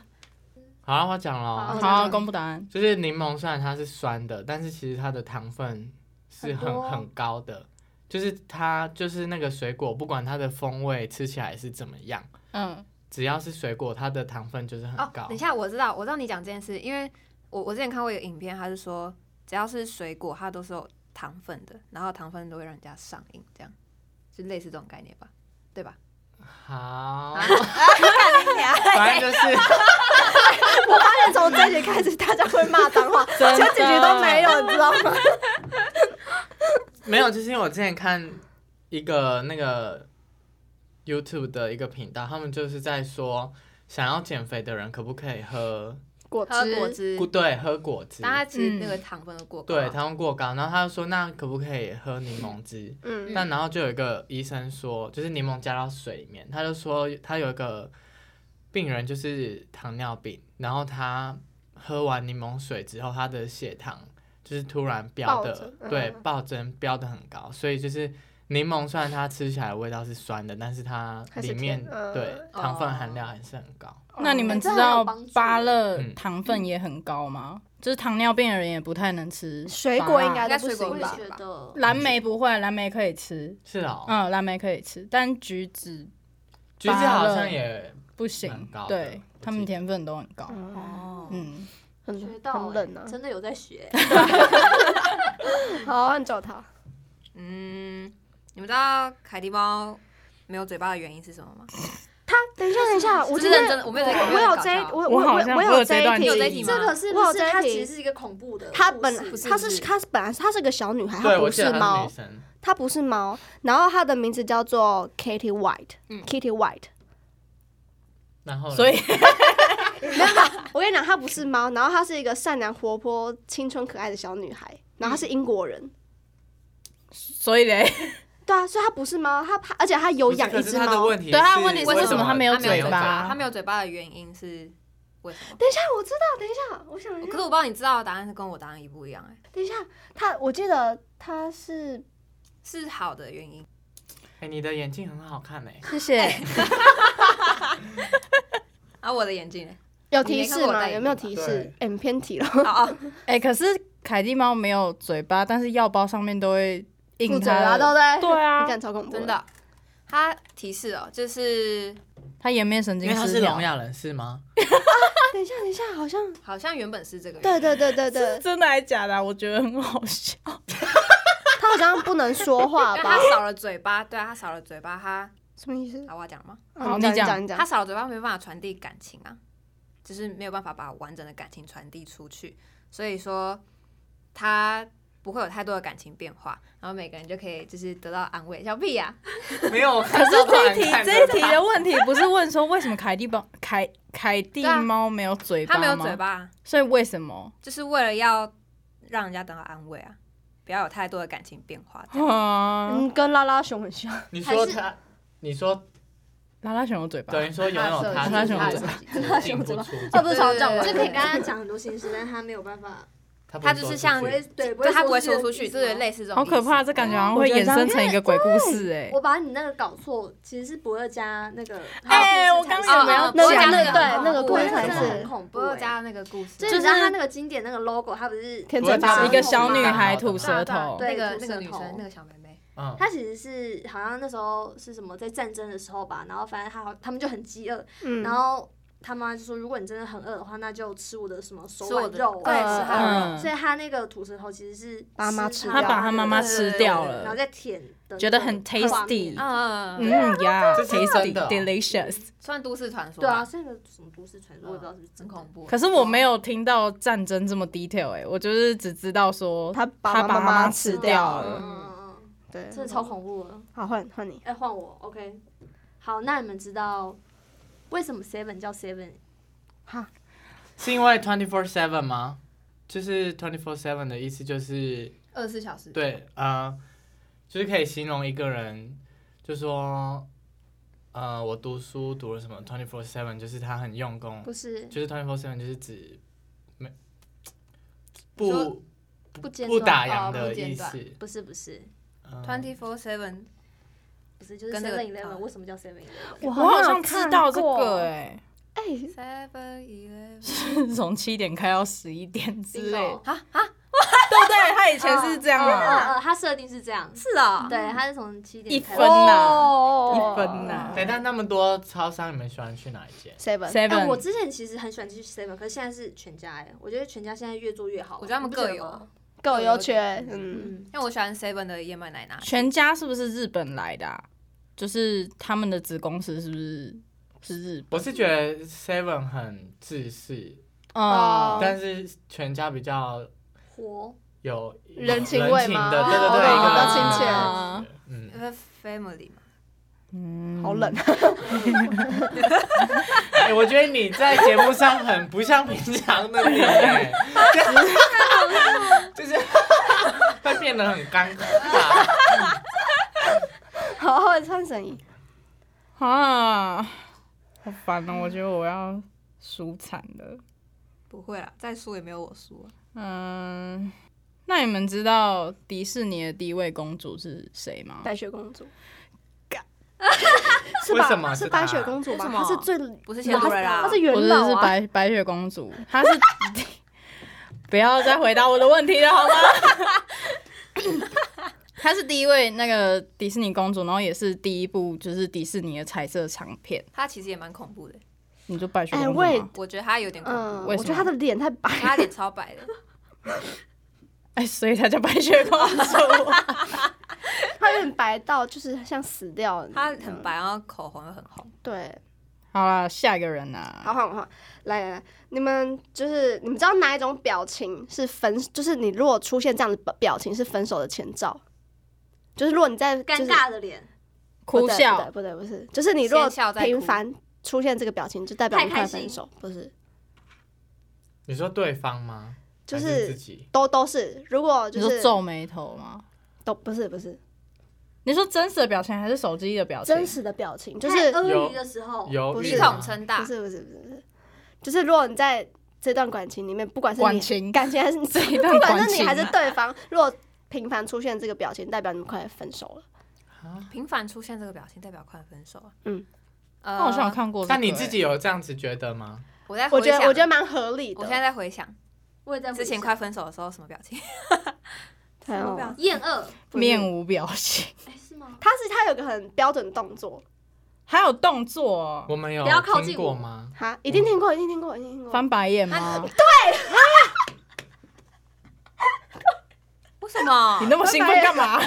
S5: 好，我讲了
S4: 好
S5: 哦，
S1: 好，公布答案。
S5: 就是柠檬虽然它是酸的，但是其实它的糖分是
S4: 很多
S3: 啊
S5: 很很高的，就是它就是那个水果，不管它的风味吃起来是怎么样，
S1: 嗯，
S5: 只要是水果，它的糖分就是很
S3: 哦，
S5: 高。
S3: 等一下，我知道，我知道你讲这件事，因为我我之前看过一个影片，他是说只要是水果，它都是有糖分的，然后糖分都会让人家上瘾，这样就类似这种概念吧，对吧？
S5: 好，
S3: 啊
S5: 反正就是。
S2: 我发现从这一集开始，大家会骂脏话，
S1: 真
S2: 前
S1: 的
S2: 几集都没 有，你知道吗？
S5: 没有，就是因为我之前看一个那个 YouTube 的一个频道，他们就是在说，想要减肥的人可不可以喝？
S2: 果
S3: 喝
S2: 汁，
S3: 果汁
S5: 不，对，喝果汁
S3: 但。它其实那个糖分都过高，
S5: 对，糖分过高，然后他就说，那可不可以喝柠檬汁？
S2: 嗯，
S5: 但然后就有一个医生说，就是柠檬加到水里面，他就说他有一个病人就是糖尿病，然后他喝完柠檬水之后，他的血糖就是突然飙
S2: 暴增
S5: 的，
S2: 嗯
S5: 对，暴增飙的很高，所以就是柠檬虽然它吃起来的味道是酸的，但是它
S2: 还是
S5: 里面
S2: 甜的
S5: 对
S2: 嗯
S5: 糖分含量还是很高。
S2: 哦
S1: 那你们
S4: 这
S1: 知
S4: 很
S1: 道
S4: 有帮助
S1: 芭乐
S5: 嗯
S1: 糖分也很高吗？就是糖尿病的人也不太能吃
S2: 水果应
S1: 芭乐
S2: 该都不
S3: 应
S4: 我
S2: 行
S4: 也
S2: 吧
S3: 该？
S4: 觉得
S1: 蓝莓不会，蓝莓可以吃，
S5: 是哦，
S1: 嗯，蓝莓可以吃，但橘子
S5: 橘子好像也
S1: 不行
S5: 蛮高，的我记
S1: 对
S5: 得
S1: 他们甜分都很高。
S3: 哦，
S1: 嗯，
S2: 很
S4: 学到
S2: 很冷
S4: 欸
S2: 啊。
S4: 真的有在学。
S2: 好，按照他，
S3: 嗯，你们知道凯蒂猫没有嘴巴的原因是什么吗？
S2: 他 等一下，等一 下，我
S3: 是
S2: 真
S3: 认真
S2: 的，
S3: 的，我没有在搞
S2: 我有
S3: 搞
S2: 这一
S3: 笑，
S2: 我
S1: 我好
S2: 我
S1: 像
S2: 我
S1: 我有这
S2: 这
S1: 段记
S2: 题，
S1: 忆
S3: 有这一题吗
S4: 这个是
S2: 我
S4: 不
S2: 有
S4: 是
S2: 这一
S4: 它
S2: 题
S4: 其实是一个恐怖的故事？
S2: 他本
S3: 不是
S2: 他是他是本来他是个小女孩，她
S5: 对
S2: 不
S5: 我记得
S2: 是
S5: 它是
S2: 猫
S5: 女，生，
S2: 她不是猫，然后她的名字叫做 Kitty White，
S3: 嗯
S2: Kitty White。
S5: 然后呢
S1: 所以
S3: 嗯
S2: 我跟你讲，她不是猫，然后她是一个善良、活泼、青春可爱的小女孩，然
S3: 嗯
S2: 后她是英国人。
S1: 所以嘞，
S2: 对啊，所以她不是猫，她她而且她有
S5: 不是
S2: 养
S5: 可
S2: 一
S5: 是
S2: 只
S5: 它的
S2: 猫。
S5: 问题
S1: 对它的
S5: 是
S1: 问题是
S5: 为
S1: 为什么它
S5: 它
S1: 没有嘴
S5: 巴？
S1: 巴
S3: 它没有嘴巴的原因是为什么？
S2: 等一下，我知道，等一下，我想一
S3: 可
S2: 下
S3: 是，我不知道你知道的答案是跟我答案一不一样哎、
S2: 等一下，她我记得她是
S3: 是好的原因。
S5: 哎，你的眼镜很好看哎。
S1: 谢谢。
S3: 啊，我的眼镜呢？
S2: 有提示
S3: 你没看过我戴
S2: 吗？
S3: 眼
S2: 有没有
S3: 镜
S2: 提
S5: 吧
S2: 示？哎，你偏题了。
S3: 哦哦，
S1: 哎，可是凯蒂猫没有嘴巴，但是药包上面都会
S2: 住
S1: 印
S2: 嘴
S1: 它
S2: 啊，对不
S1: 的，
S2: 对？
S1: 对啊
S2: 你敢超恐怖，
S3: 真。的。它提示哦，就是
S1: 它颜面神
S5: 因
S1: 经
S5: 为他
S1: 失
S5: 是聋
S1: 调，
S5: 哑人士吗？
S2: 等一下，等一下，好像
S3: 好像原本是这个原 因，
S2: 对对对对对，
S1: 真的还假的啊？我觉得很好笑。
S2: 他好像不能说话
S3: 因为
S2: 吧
S3: 他？少了嘴巴，对啊，他少了嘴巴，他
S2: 什么意思？哦
S3: 啊，我要讲了吗？
S1: 好
S2: 你
S1: 你讲
S2: 讲，你
S3: 他
S2: 讲。
S3: 少了嘴巴没办法传递感情啊，就是没有办法把完整的感情传递出去，所以说他不会有太多的感情变化，然后每个人就可以就是得到安慰。小屁呀、 啊
S5: 没有。可
S1: 可是这一题这一题的问题不是问说为什么凯蒂猫凯凯蒂
S3: 对啊
S1: 猫没有嘴巴
S3: 他
S1: 吗？
S3: 没有嘴，巴，
S1: 所以为什么？
S3: 就是为了要让人家得到安慰啊，不要有太多的感情变化。这样
S1: 嗯，
S2: 嗯，跟拉拉熊很像，
S5: 你说
S4: 还是
S5: 他，你说
S1: 拉拉熊有嘴巴，
S5: 等于说拥有他，
S1: 他熊
S5: 只
S1: 嘴
S5: 是
S1: 巴
S5: 他进不出，
S2: 他不是常讲
S3: 对
S2: 吗？
S4: 就可以跟 他讲很多心事，但是他没有办法，
S5: 他
S3: 他
S5: 不
S3: 就
S5: 会说
S3: 是像
S5: 出
S4: 不
S5: 去
S4: 会对，不
S3: 就
S4: 会
S3: 他不会
S4: 说
S3: 说出去，
S4: 这个意
S3: 就是
S4: 思吗
S3: 类似这种。
S1: 好可怕，这感觉好像会衍生成一个鬼故事哎、
S4: 我把你那个搞错，其实是不二加那个。
S1: 哎我刚刚有没有
S2: 那个
S4: 讲
S2: 那个对
S4: 哦
S2: 那个
S4: 不二加
S5: 故事才
S4: 真的
S5: 是
S4: 很恐怖
S3: 不二
S4: 哎
S3: 加那个故事，
S4: 就是是他那个经典那个 logo，它不是
S2: 天
S5: 不会
S2: 嘴巴
S5: 讲
S1: 哎一个小女孩吐舌头，
S4: 对
S3: 那个
S4: 吐
S3: 那
S4: 舌
S3: 个女
S4: 头
S3: 生那个小妹妹，
S5: 嗯，
S4: 它其实是好像那时候是什么在战争的时候吧，然后反正他好他们就很饥饿，
S2: 嗯
S4: 然后他妈就说如果你真的很饿的话，那就吃我的什么手
S3: 吃我
S4: 腕
S3: 的
S4: 肉
S3: 对，
S4: 啊，
S3: 吃她的肉。
S1: 嗯
S4: 所以他那个吐舌头其实是
S2: 把他妈吃
S4: 吃
S1: 他
S2: 掉
S1: 把他妈妈吃掉
S3: 对对对
S4: 然后
S1: 了，
S4: 再舔的，
S1: 觉得很 tasty
S3: 嗯嗯嗯，
S1: 嗯呀
S5: 这是真
S1: ，tasty
S5: 的哦
S1: delicious。
S3: 算都市传说
S4: 对
S3: 吧，
S4: 啊，是那个什么都市传说，我也不知道是不是真
S3: 很
S4: 的
S3: 恐。怖。
S1: 可是我没有听到战争这么 detail 哎、我就是只知道说
S2: 他把
S1: 他
S2: 妈
S1: 把
S2: 妈
S1: 妈
S2: 吃
S1: 吃
S2: 掉
S1: 掉
S2: 了
S1: 了。
S4: 嗯嗯
S2: 对
S4: 嗯，，真的超恐怖的。
S2: 好，换换你。
S4: 哎，换我，OK。好，那你们知道为什么 Seven 叫 Seven？
S2: 哈，
S5: 是因为 twenty four seven 吗？就是 twenty four seven 的意思就是
S3: 二十四小时，
S5: 对，呃，就是可以形容一个人，就说，呃，我读书读了什么 twenty four seven，就是他很用功，
S4: 不是，
S5: 就是 twenty four seven 就是指没
S3: 你说
S5: 不
S4: 不间
S5: 不打
S4: 断。
S5: 烊
S3: 哦不
S5: 的
S3: 间
S5: 意
S3: 断
S5: 思。
S4: 不是不是
S5: 嗯
S3: twenty four seven，
S4: 不是，就是
S3: 跟这
S4: Seven
S3: 个
S4: Eleven
S3: 哦
S4: 为什么叫 Seven Eleven？
S1: 我
S2: 我
S1: 好像知道这个哎、
S2: 哎，
S3: seven eleven，
S1: 从七点开到十一点之类的，
S4: Bingo
S1: 对不对？他以前是这样
S4: 哦嗯
S1: 啊，
S4: 嗯，它设定是这样。
S3: 是啊，
S4: 对，它是从七点
S1: 一
S4: 开
S1: 分
S4: 始
S1: 呐、
S2: 哦
S1: 一分呐、
S5: 对，但那么多超商，你们喜欢去哪一间？
S2: ，seven，
S4: 哎、我
S1: Seven，
S4: 之前其实很喜欢去 Seven，可是现在是全家哎、我觉得全家现在越做越好，
S3: 我觉得他们
S4: 你不觉
S3: 各
S4: 得吗
S3: 有，
S2: 够优缺，嗯，
S4: 嗯，
S3: 因为我喜欢 seven 的燕麦奶拿铁，
S1: 全家是不是日本来的、啊？就是他们的子公司是不是是日
S5: 我是觉得 Seven 很自私，
S1: 本？
S2: 哦
S5: 但是全家比较
S4: 活
S5: 有
S2: 人情
S5: 人
S2: 味
S5: 情
S2: 吗
S5: 的，对对
S2: 哦
S5: 对，一个
S2: 比较
S5: 人
S2: 亲
S5: 情
S2: 切
S5: 的感觉嗯，
S3: 因为 family 嘛，
S1: 嗯
S2: 好冷。啊
S5: 哎、我觉得你在节目上很不像平常的你， 哎就是就是会变得很尴尬。
S2: 好，换穿神衣。
S1: 啊，好烦哦！我觉得我要输惨了。
S3: 不会啦，再输也没有我输啊。
S1: 嗯，那你们知道迪士尼的第一位公主是谁吗？
S2: 白雪公主
S1: 干，
S2: 是
S5: 为什么
S2: 吧？
S5: 是
S2: 是
S5: 她
S2: 白雪公主吧？
S3: 为什么
S2: 她是最
S3: 不是仙杜瑞拉
S2: 她是元
S1: 不是，
S2: 老
S1: 是
S2: 啊。
S1: 白白雪公主，她是 不要再回答我的问题了，好吗？她是第一位那个迪士尼公主，然后也是第一部就是迪士尼的彩色长片。
S3: 他其实也蛮恐怖的，
S1: 你就白雪公
S2: 哎
S1: 主吗？
S2: 喂
S3: 我觉得他有点恐
S2: 嗯，
S3: 怖，
S1: 为什
S2: 我
S1: 么
S2: 觉得她的脸太白。
S3: 他脸超白 的，
S1: 哎所以她叫白雪公主。
S2: 她有点白到就是像死掉了。
S3: 他
S4: 嗯
S3: 很白，然后口红又很红。
S2: 对，
S1: 好啦，下一个人啊呐、
S2: 好好好，来来来，你们就是你们知道哪一种表情是分，就是你如果出现这样的表表情是分手的前兆，就是如果你在
S4: 尴，尬的脸，
S1: 哭
S2: 就是
S1: 笑，
S2: 不对不对不对，不是，就是你如果
S3: 先笑再哭
S2: 频繁出现这个表情，就代表你
S4: 太
S2: 快
S4: 开
S2: 要分
S4: 心
S2: 手，不是，
S5: 你说对方吗？
S2: 就
S5: 还
S2: 是
S5: 是自己？
S2: 都都是，如果就
S1: 你说
S2: 是
S1: 皱眉头吗？
S2: 都不是不是
S1: 你说真实的表情还是手机的表情？
S2: 真实的表情，就
S4: 太
S2: 是
S4: 鳄鱼的时候，
S5: 有
S2: 哦不是
S5: 一
S3: 一
S4: 啊
S3: 统称大
S2: 不，是不是不是不是，就是如果你在这段感情里面，不管是
S1: 感
S2: 你
S1: 情
S2: 感情 还是你自己，
S1: 段
S2: 不管
S1: 感
S2: 是你
S1: 情
S2: 还是对方，如果频繁出现这个表情，代表你们快分手了。
S5: 啊
S3: 频繁出现这个表情代表快分手啊。
S2: 嗯，
S3: 呃
S1: 那我好啊像有看过这个、欸
S5: 那你自己有这样子觉得吗？
S3: 我在
S2: 我
S3: 哎回
S2: 觉
S3: 想，
S2: 得我觉得蛮合理的。
S3: 我现在在回想
S4: 我也在回
S3: 之前
S4: 想
S3: 快分手的时候什么表情，
S2: 还有
S3: 表
S4: 厌恶，
S1: 欸面无表情，
S4: 哎、是吗？
S2: 他是他有个很标准动作，
S1: 还有动作哦、
S5: 我们有
S4: 不要靠近
S5: 听过
S4: 我
S5: 吗？
S1: 嗯
S2: 哈，一定听过，一定听过，一定听过。
S1: 翻白眼吗？
S3: 为什么？
S1: 你那么兴奋干嘛？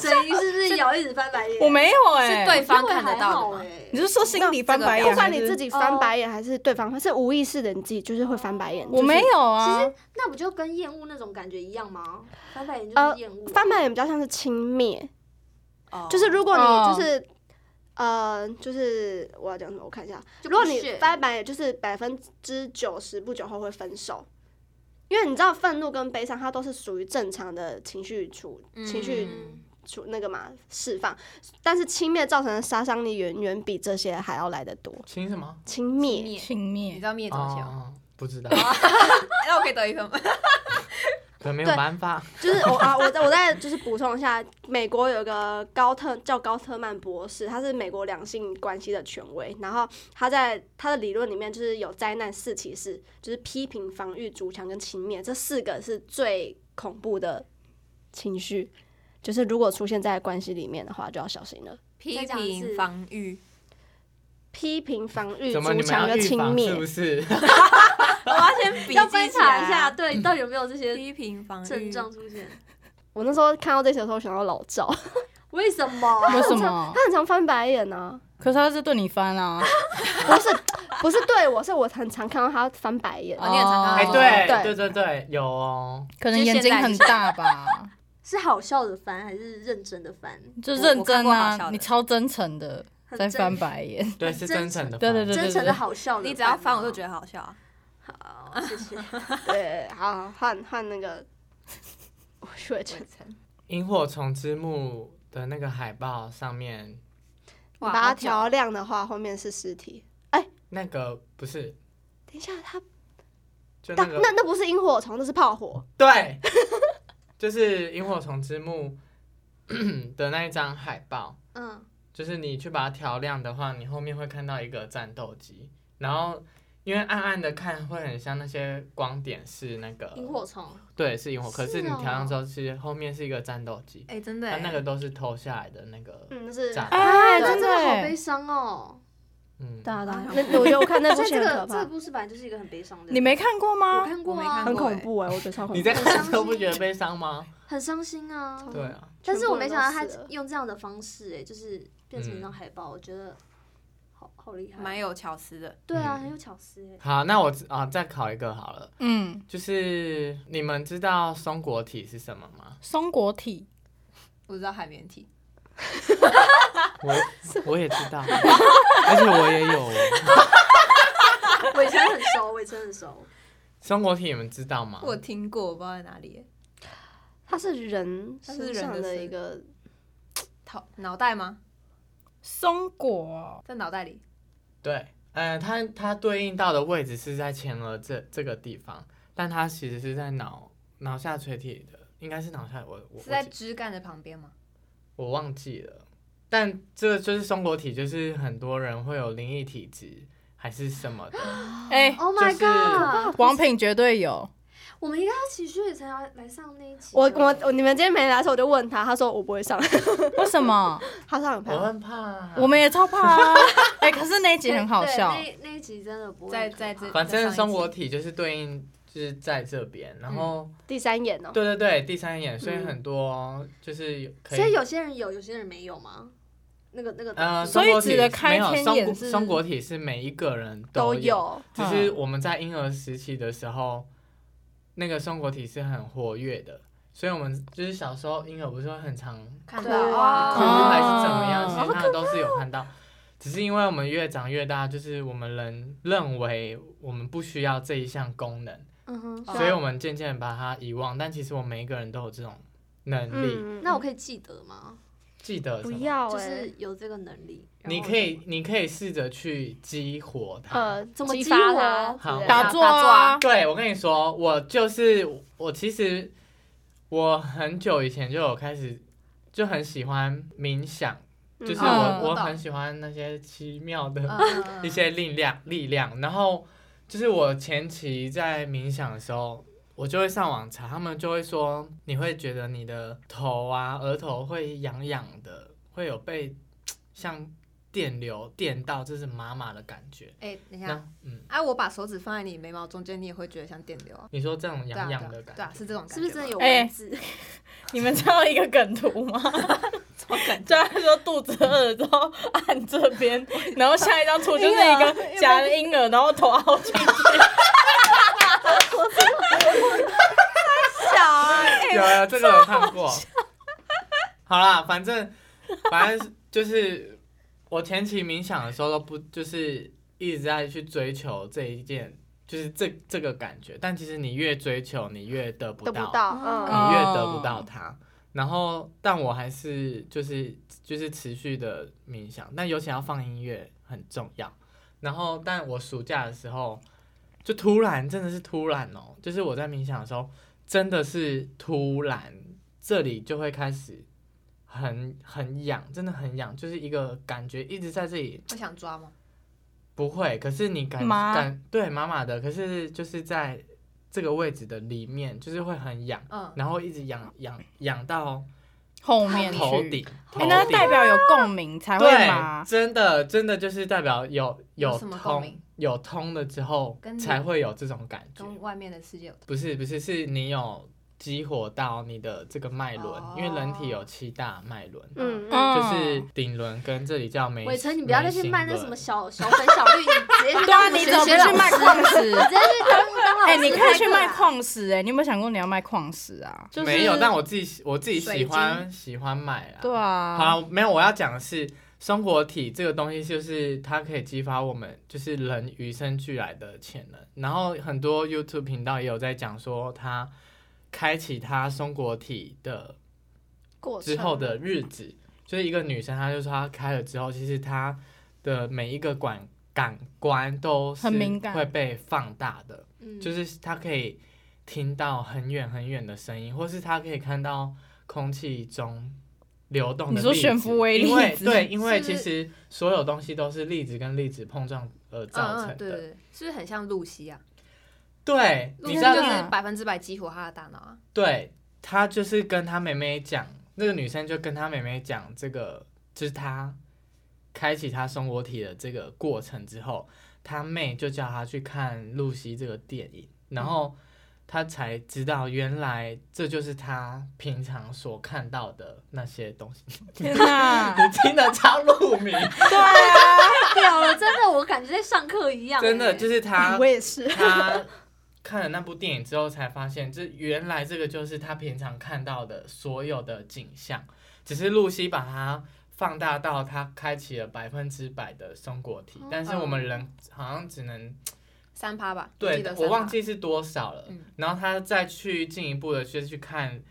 S4: 沈怡是不是有一直翻白眼？
S1: 我没有哎、
S3: 是对方看得到的吗
S4: 哎、欸
S1: 你，是说心里翻白眼，
S2: 不管你
S1: 还是
S2: 自
S3: 哦
S2: 己翻白眼还是对方，是无意识的，你自己就是会翻白眼。
S1: 我没
S2: 就是
S1: 有啊。
S4: 其实那不就跟厌恶那种感觉一样吗？翻白眼就
S2: 呃
S4: 是厌恶、
S2: 翻白眼比较像是轻蔑，
S3: 哦
S2: 就是如果你
S1: 哦
S2: 就是。呃，就是我要讲什么？我看一下，
S4: 就
S2: 如
S4: 不
S2: 果你
S4: 屑
S2: 翻白眼，就是百分之九十不久后会分手，因为你知道愤怒跟悲伤，它都是属于正常的情绪处情绪
S3: 嗯
S2: 处那个嘛释放，但是轻蔑造成的杀伤力远远比这些还要来得多。
S5: 亲什么？
S2: 轻蔑，
S1: 轻
S3: 你知
S1: 蔑，
S3: 道灭怎么写吗？
S5: 哦不知道，
S3: 那我可以得一分吗？
S5: 可没有办法。
S2: 就是我啊，我再我再就是补充一下，美国有个高特叫高特曼博士，他是美国两性关系的权威。然后他在他的理论里面就是有灾难四骑士，就是批评、防御、主强跟轻蔑这四个是最恐怖的情绪。就是如果出现在关系里面的话，就要小心了。
S3: 批
S4: 再讲一
S3: 评、
S4: 次
S3: 防御，
S2: 批评、防御、
S5: 怎么
S2: 主
S5: 你们
S2: 强
S5: 要
S2: 跟
S5: 预
S2: 轻
S5: 防是不
S2: 蔑，
S5: 是？
S3: 我要先笔
S4: 要
S3: 记
S4: 观
S3: 起
S4: 察一
S3: 来
S4: 下，
S3: 啊。嗯
S4: 对，到底有没有这些
S3: 批评、防御、
S4: 症状出现？
S2: 我那时候看到这些的时候想到老赵，
S4: 为什么？
S1: 为什么？
S2: 他很常翻白眼呢、
S1: 可是他是对你翻啊，
S2: 不是不是对我，是我很常看到他翻白眼。
S3: 哦你很常看到
S5: 哎，
S1: 哦
S5: 对
S2: 对
S5: 对对对，有哦。
S1: 可能眼睛很大吧，
S4: 是好笑的翻还是认真的翻？
S1: 就
S3: 在
S1: 认
S3: 我我看
S1: 真
S3: 过好笑
S1: 啊，
S3: 的
S1: 你超真诚的
S4: 很
S1: 在
S4: 真
S1: 翻白眼，
S5: 对，是真诚的
S1: 对
S5: 翻。
S1: 对对
S4: 真诚的好笑的，
S3: 你只要翻我就觉
S4: 得
S3: 得好笑啊。
S4: 好，谢谢。
S2: 对，好，换换那个，我以为你
S5: 萤火虫之墓的那个海报上面，
S2: 把它
S4: 哦
S2: 调亮的话，后面是尸体。
S5: 那个不是
S2: 等一下，它
S5: 就那
S2: 但
S5: 个
S2: 那那不是萤火虫，那是炮火。
S5: 对， 就是萤火虫之墓的那一张海报，
S4: 嗯，
S5: 就是你去把它调亮的话，你后面会看到一个战斗机，然后因为暗暗的看会很像那些光点是那个
S4: 萤火，虫
S5: 对，是萤火，可
S4: 是
S5: 是你
S4: 哦
S5: 调亮之后是后面是一个战斗机，
S3: 哎，真的
S5: 它
S3: 欸，
S5: 那个都是偷下来的那个，
S2: 嗯，那是
S5: 炸
S2: 啊
S1: 哎，
S2: 对
S4: 真
S1: 真
S4: 的好悲
S1: 的，
S4: 伤哦。
S5: 嗯，
S2: 对啊对啊
S3: 哎，
S2: 那那我觉得我看那部
S4: 在
S2: 戏
S4: 这
S2: 很
S4: 个
S2: 可
S4: 这个
S2: 怕，
S4: 故事本来就是一个很悲伤的，
S1: 你没看过
S4: 我
S1: 吗？
S4: 看过
S3: 我没看
S4: 啊，
S2: 很
S3: 过
S2: 恐怖哎，我觉得超恐
S5: 你
S2: 怖
S5: 在。看的时候不觉得悲伤吗？
S4: 很伤心啊。
S5: 对啊，
S4: 但是我没想到他
S2: 全部人都死了
S4: 用这样的方式，哎，就是变成一张海报，我觉得好好厉害。
S3: 嗯蛮有巧思的。
S4: 对啊，
S5: 嗯
S4: 很有巧思哎。
S5: 好，那我啊再考一个好了。
S1: 嗯，？
S5: 就是你们知道松果体是什么吗
S1: 松果体，
S3: 我知道海绵体，
S5: 我我也知道，而且我也有哦
S4: 伟成很熟，伟成很熟。
S5: 松果体，你们知道吗？
S3: 我听过，我不知道在哪里欸。
S2: 它是人
S3: 它是
S2: 身
S3: 人
S2: 上
S3: 的
S2: 的
S3: 事
S2: 一个，
S3: 头脑袋吗？
S1: 松果
S3: 在脑袋里。
S5: 对，呃，它它对应到的位置是在前额这这个地方，但它其实是在脑脑下垂体的，应该是脑下，我我
S3: 是在
S5: 我记
S3: 枝干的旁边 吗？
S5: 我忘记了。但这就是松果体，就是很多人会有灵异体质还是什么 的，
S1: 哎，
S4: Oh my
S5: 就是
S4: god！
S1: 王品绝对有，
S4: 我们应该要请薛伟成来来上那一期。
S2: 我我我你们今天没来的时候，我就问他，他说我不会上，
S1: 为什么？
S2: 他上很
S5: 我
S2: 怕。
S5: 很怕。
S1: 我们也超怕啊！哎，可是那一集很好
S4: 对
S1: 笑，
S4: 那那一集真的不会
S3: 在
S4: 可
S3: 在
S4: 怕
S3: 这
S5: 反
S3: 再
S5: 正
S3: 上一
S5: 松果
S3: 集
S5: 体就是对应就是在这边，然后。
S1: 嗯
S2: 第三眼哦，
S5: 对对对，第三眼，所以
S2: 嗯
S5: 很多就是可以，
S4: 所以有些人有，有些人没有吗？那个那个，
S5: 呃，
S1: 所以
S5: 松果体
S1: 指的开
S5: 没有
S1: 天
S5: 松
S1: 眼
S5: 果
S1: 是
S5: 松果体是每一个人
S2: 都
S5: 有，
S2: 有。
S5: 只是我们在婴儿时期的时候，那个松果体是很活跃的，所以我们就是小时候婴儿不是会很常
S3: 看
S4: 哭
S3: 到
S5: 哭
S3: 哇，
S1: 啊
S5: 还是怎么样，
S1: 哦
S5: 其实他们都是有看到。只是因为我们越长越大，就是我们人认为我们不需要这一项功能，
S4: 嗯哼，
S3: 哦
S5: 所以我们渐渐把它遗忘。但其实我们每一个人都有这种能力，
S2: 嗯，
S4: 那我可以记得吗？
S5: 记得
S2: 不
S5: 什么
S2: 要
S4: 就
S2: 哎
S4: 是，有这个能力，然后
S5: 你可以，你可以试着去激活它。
S2: 呃，
S4: 怎么
S2: 激
S4: 激
S2: 发
S4: 我
S2: 他之
S5: 好
S2: 类的？
S1: 打坐啊，
S5: 对，我跟你说，我就是我，其实我很久以前就有开始，就很喜欢冥想，
S2: 嗯
S5: 就是我、
S1: 嗯
S5: 我
S3: 我懂
S5: 很喜欢那些奇妙的
S3: 嗯
S5: 一些力量力量。然后就是我前期在冥想的时候，我就会上网查，他们就会说你会觉得你的头啊、额头会痒痒的，会有被像电流电到，这是麻麻的感觉。
S3: 哎、等一下，
S5: 那嗯，
S3: 哎、我把手指放在你眉毛中间，你也会觉得像电流啊，
S5: 你说这种
S3: 对啊
S5: 痒痒的感
S3: 对啊，对啊
S5: 觉，
S3: 是这种感觉，
S4: 是不是真的有
S1: 哎
S4: 文字？
S1: 你们知道一个梗图吗？就他说肚子饿了之后按这边，然后下一张图就是一个假的婴儿，然后头凹进去。
S3: 小啊？
S5: 有有这个有看过。 好啦，反正反正就是我前期冥想的时候都不就是一直在去追求这一件，就是这这个感觉，但其实你越追求，你越得不
S2: 得
S5: 到
S2: 不。到，嗯，
S1: 嗯
S5: 你越得不到它。然后，但我还是就是就是持续的冥想，但尤其要放音乐很重要。然后，但我暑假的时候，就突然真的是突然哦，就是我在冥想的时候，真的是突然这里就会开始很很痒，真的很痒，就是一个感觉一直在这里
S3: 会想抓吗？
S5: 不会，可是你感
S1: 麻
S5: 感对麻麻的，可是就是在这个位置的里面，就是会很痒。
S3: 嗯，
S5: 然后一直痒痒痒到
S1: 后面
S5: 头
S1: 去，
S5: 顶，
S1: 哎
S5: 头，
S1: 那
S5: 顶
S1: 代表有共鸣才会
S5: 对，
S1: 麻。
S5: 真的真的就是代表有
S3: 有什么共
S5: 通
S3: 鸣
S5: 有通了之后
S3: 跟，你
S5: 才会有这种感觉。
S3: 跟外面的世界有
S5: 不是不是，是你有激活到你的这个脉轮，因为人体有七大脉轮，
S2: 嗯嗯，
S1: 嗯
S5: 就是顶轮跟这里叫眉。
S4: 伟成，你不要再去卖那什么小小粉小绿，你 直接去
S1: 对啊，
S4: 当
S1: 你
S4: 神
S1: 怎么不
S4: 仙老
S1: 去卖
S4: 师，
S1: 矿 石？
S4: 直接去当当老师。
S1: 哎、你可以去
S4: 那
S1: 卖
S4: 个啊
S1: 矿石哎、你有没有想过你要卖矿石啊？就是
S5: 没有，但我自己喜我自己喜
S3: 水
S5: 欢喜欢买啦。
S1: 对啊，
S5: 好啦没有，我要讲的是生活体这个东西，就是它可以激发我们就是人与生俱来的潜能。然后很多 YouTube 频道也有在讲说，它开启它松果体的
S2: 过程
S5: 之后的日子，就是一个女生，她就说她开了之后，其实她的每一个感感官都是
S1: 很敏感
S5: 会被放大的。
S4: 嗯
S5: 就是他可以听到很远很远的声音，或是他可以看到空气中流动的
S1: 你说
S5: 粒子
S1: 悬浮微粒
S5: 因为
S1: 子
S5: 对，因为
S3: 是
S5: 其实所有东西都是粒子跟粒子碰撞而造
S3: 嗯
S5: 成的。
S3: 嗯，对对对，是不是很像露西啊？
S5: 对
S3: 露
S5: 你
S3: 西
S5: 知
S1: 真
S5: 道
S1: 的
S3: 就，是百分之百激活他的大脑啊。
S5: 对他就是跟他妹妹讲，那个女生就跟他妹妹讲这个，就是他开启他松果体的这个过程之后，他妹就叫他去看《露西》这个电影，然后他才知道原来这就是他平常所看到的那些东西。
S1: 天 哪，
S5: 你听得超入 迷，
S1: 对啊，
S4: 屌了，真的，我感觉在上课一样。欸
S5: 真的就是是
S1: 啊
S5: 他
S2: 我也是，
S5: 他看了那部电影之后，才发现这原来这个就是他平常看到的所有的景象，只是露西把它放大到他开启了百分之百的松果体，
S3: 哦
S5: 但是我们人好像只能
S3: 三趴吧，记
S5: 对
S3: 得
S5: 我
S3: 3%
S5: 忘记是多少了。
S3: 嗯
S5: 然后他再去进一步的去去看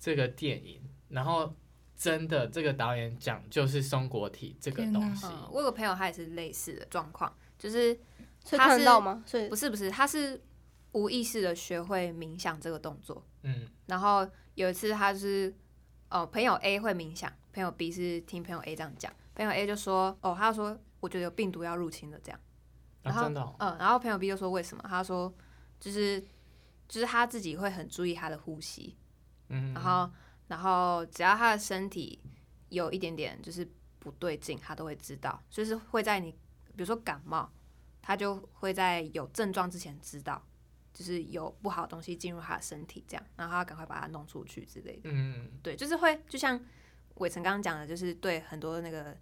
S5: 这个电影，然后真的这个导演讲就是松果体这个
S1: 天哪
S5: 东西，
S3: 嗯，我有个朋友他也是类似的状况，就是
S2: 所以
S3: 他
S2: 看
S3: 是
S2: 得到吗？所以
S3: 不是不是，他是无意识的学会冥想这个动作。
S5: 嗯，
S3: 然后有一次他就是，哦，朋友 A 会冥想，朋友 B 是听朋友 A 这样讲，朋友 A 就说，哦，他说我觉得有病毒要入侵了这样，然
S5: 啊
S3: 后
S5: 真的哦、
S3: 嗯，然后朋友 B 就说为什么？他说就是就是他自己会很注意他的呼吸，
S5: 嗯，
S3: 然后然后只要他的身体有一点点就是不对劲，他都会知道，就是会在你比如说感冒，他就会在有症状之前知道，就是有不好的东西进入他的身体，这样，然后他赶快把它弄出去之类的。
S5: 嗯，
S3: 对，就是会就像伟成刚刚讲的，就是对很多那个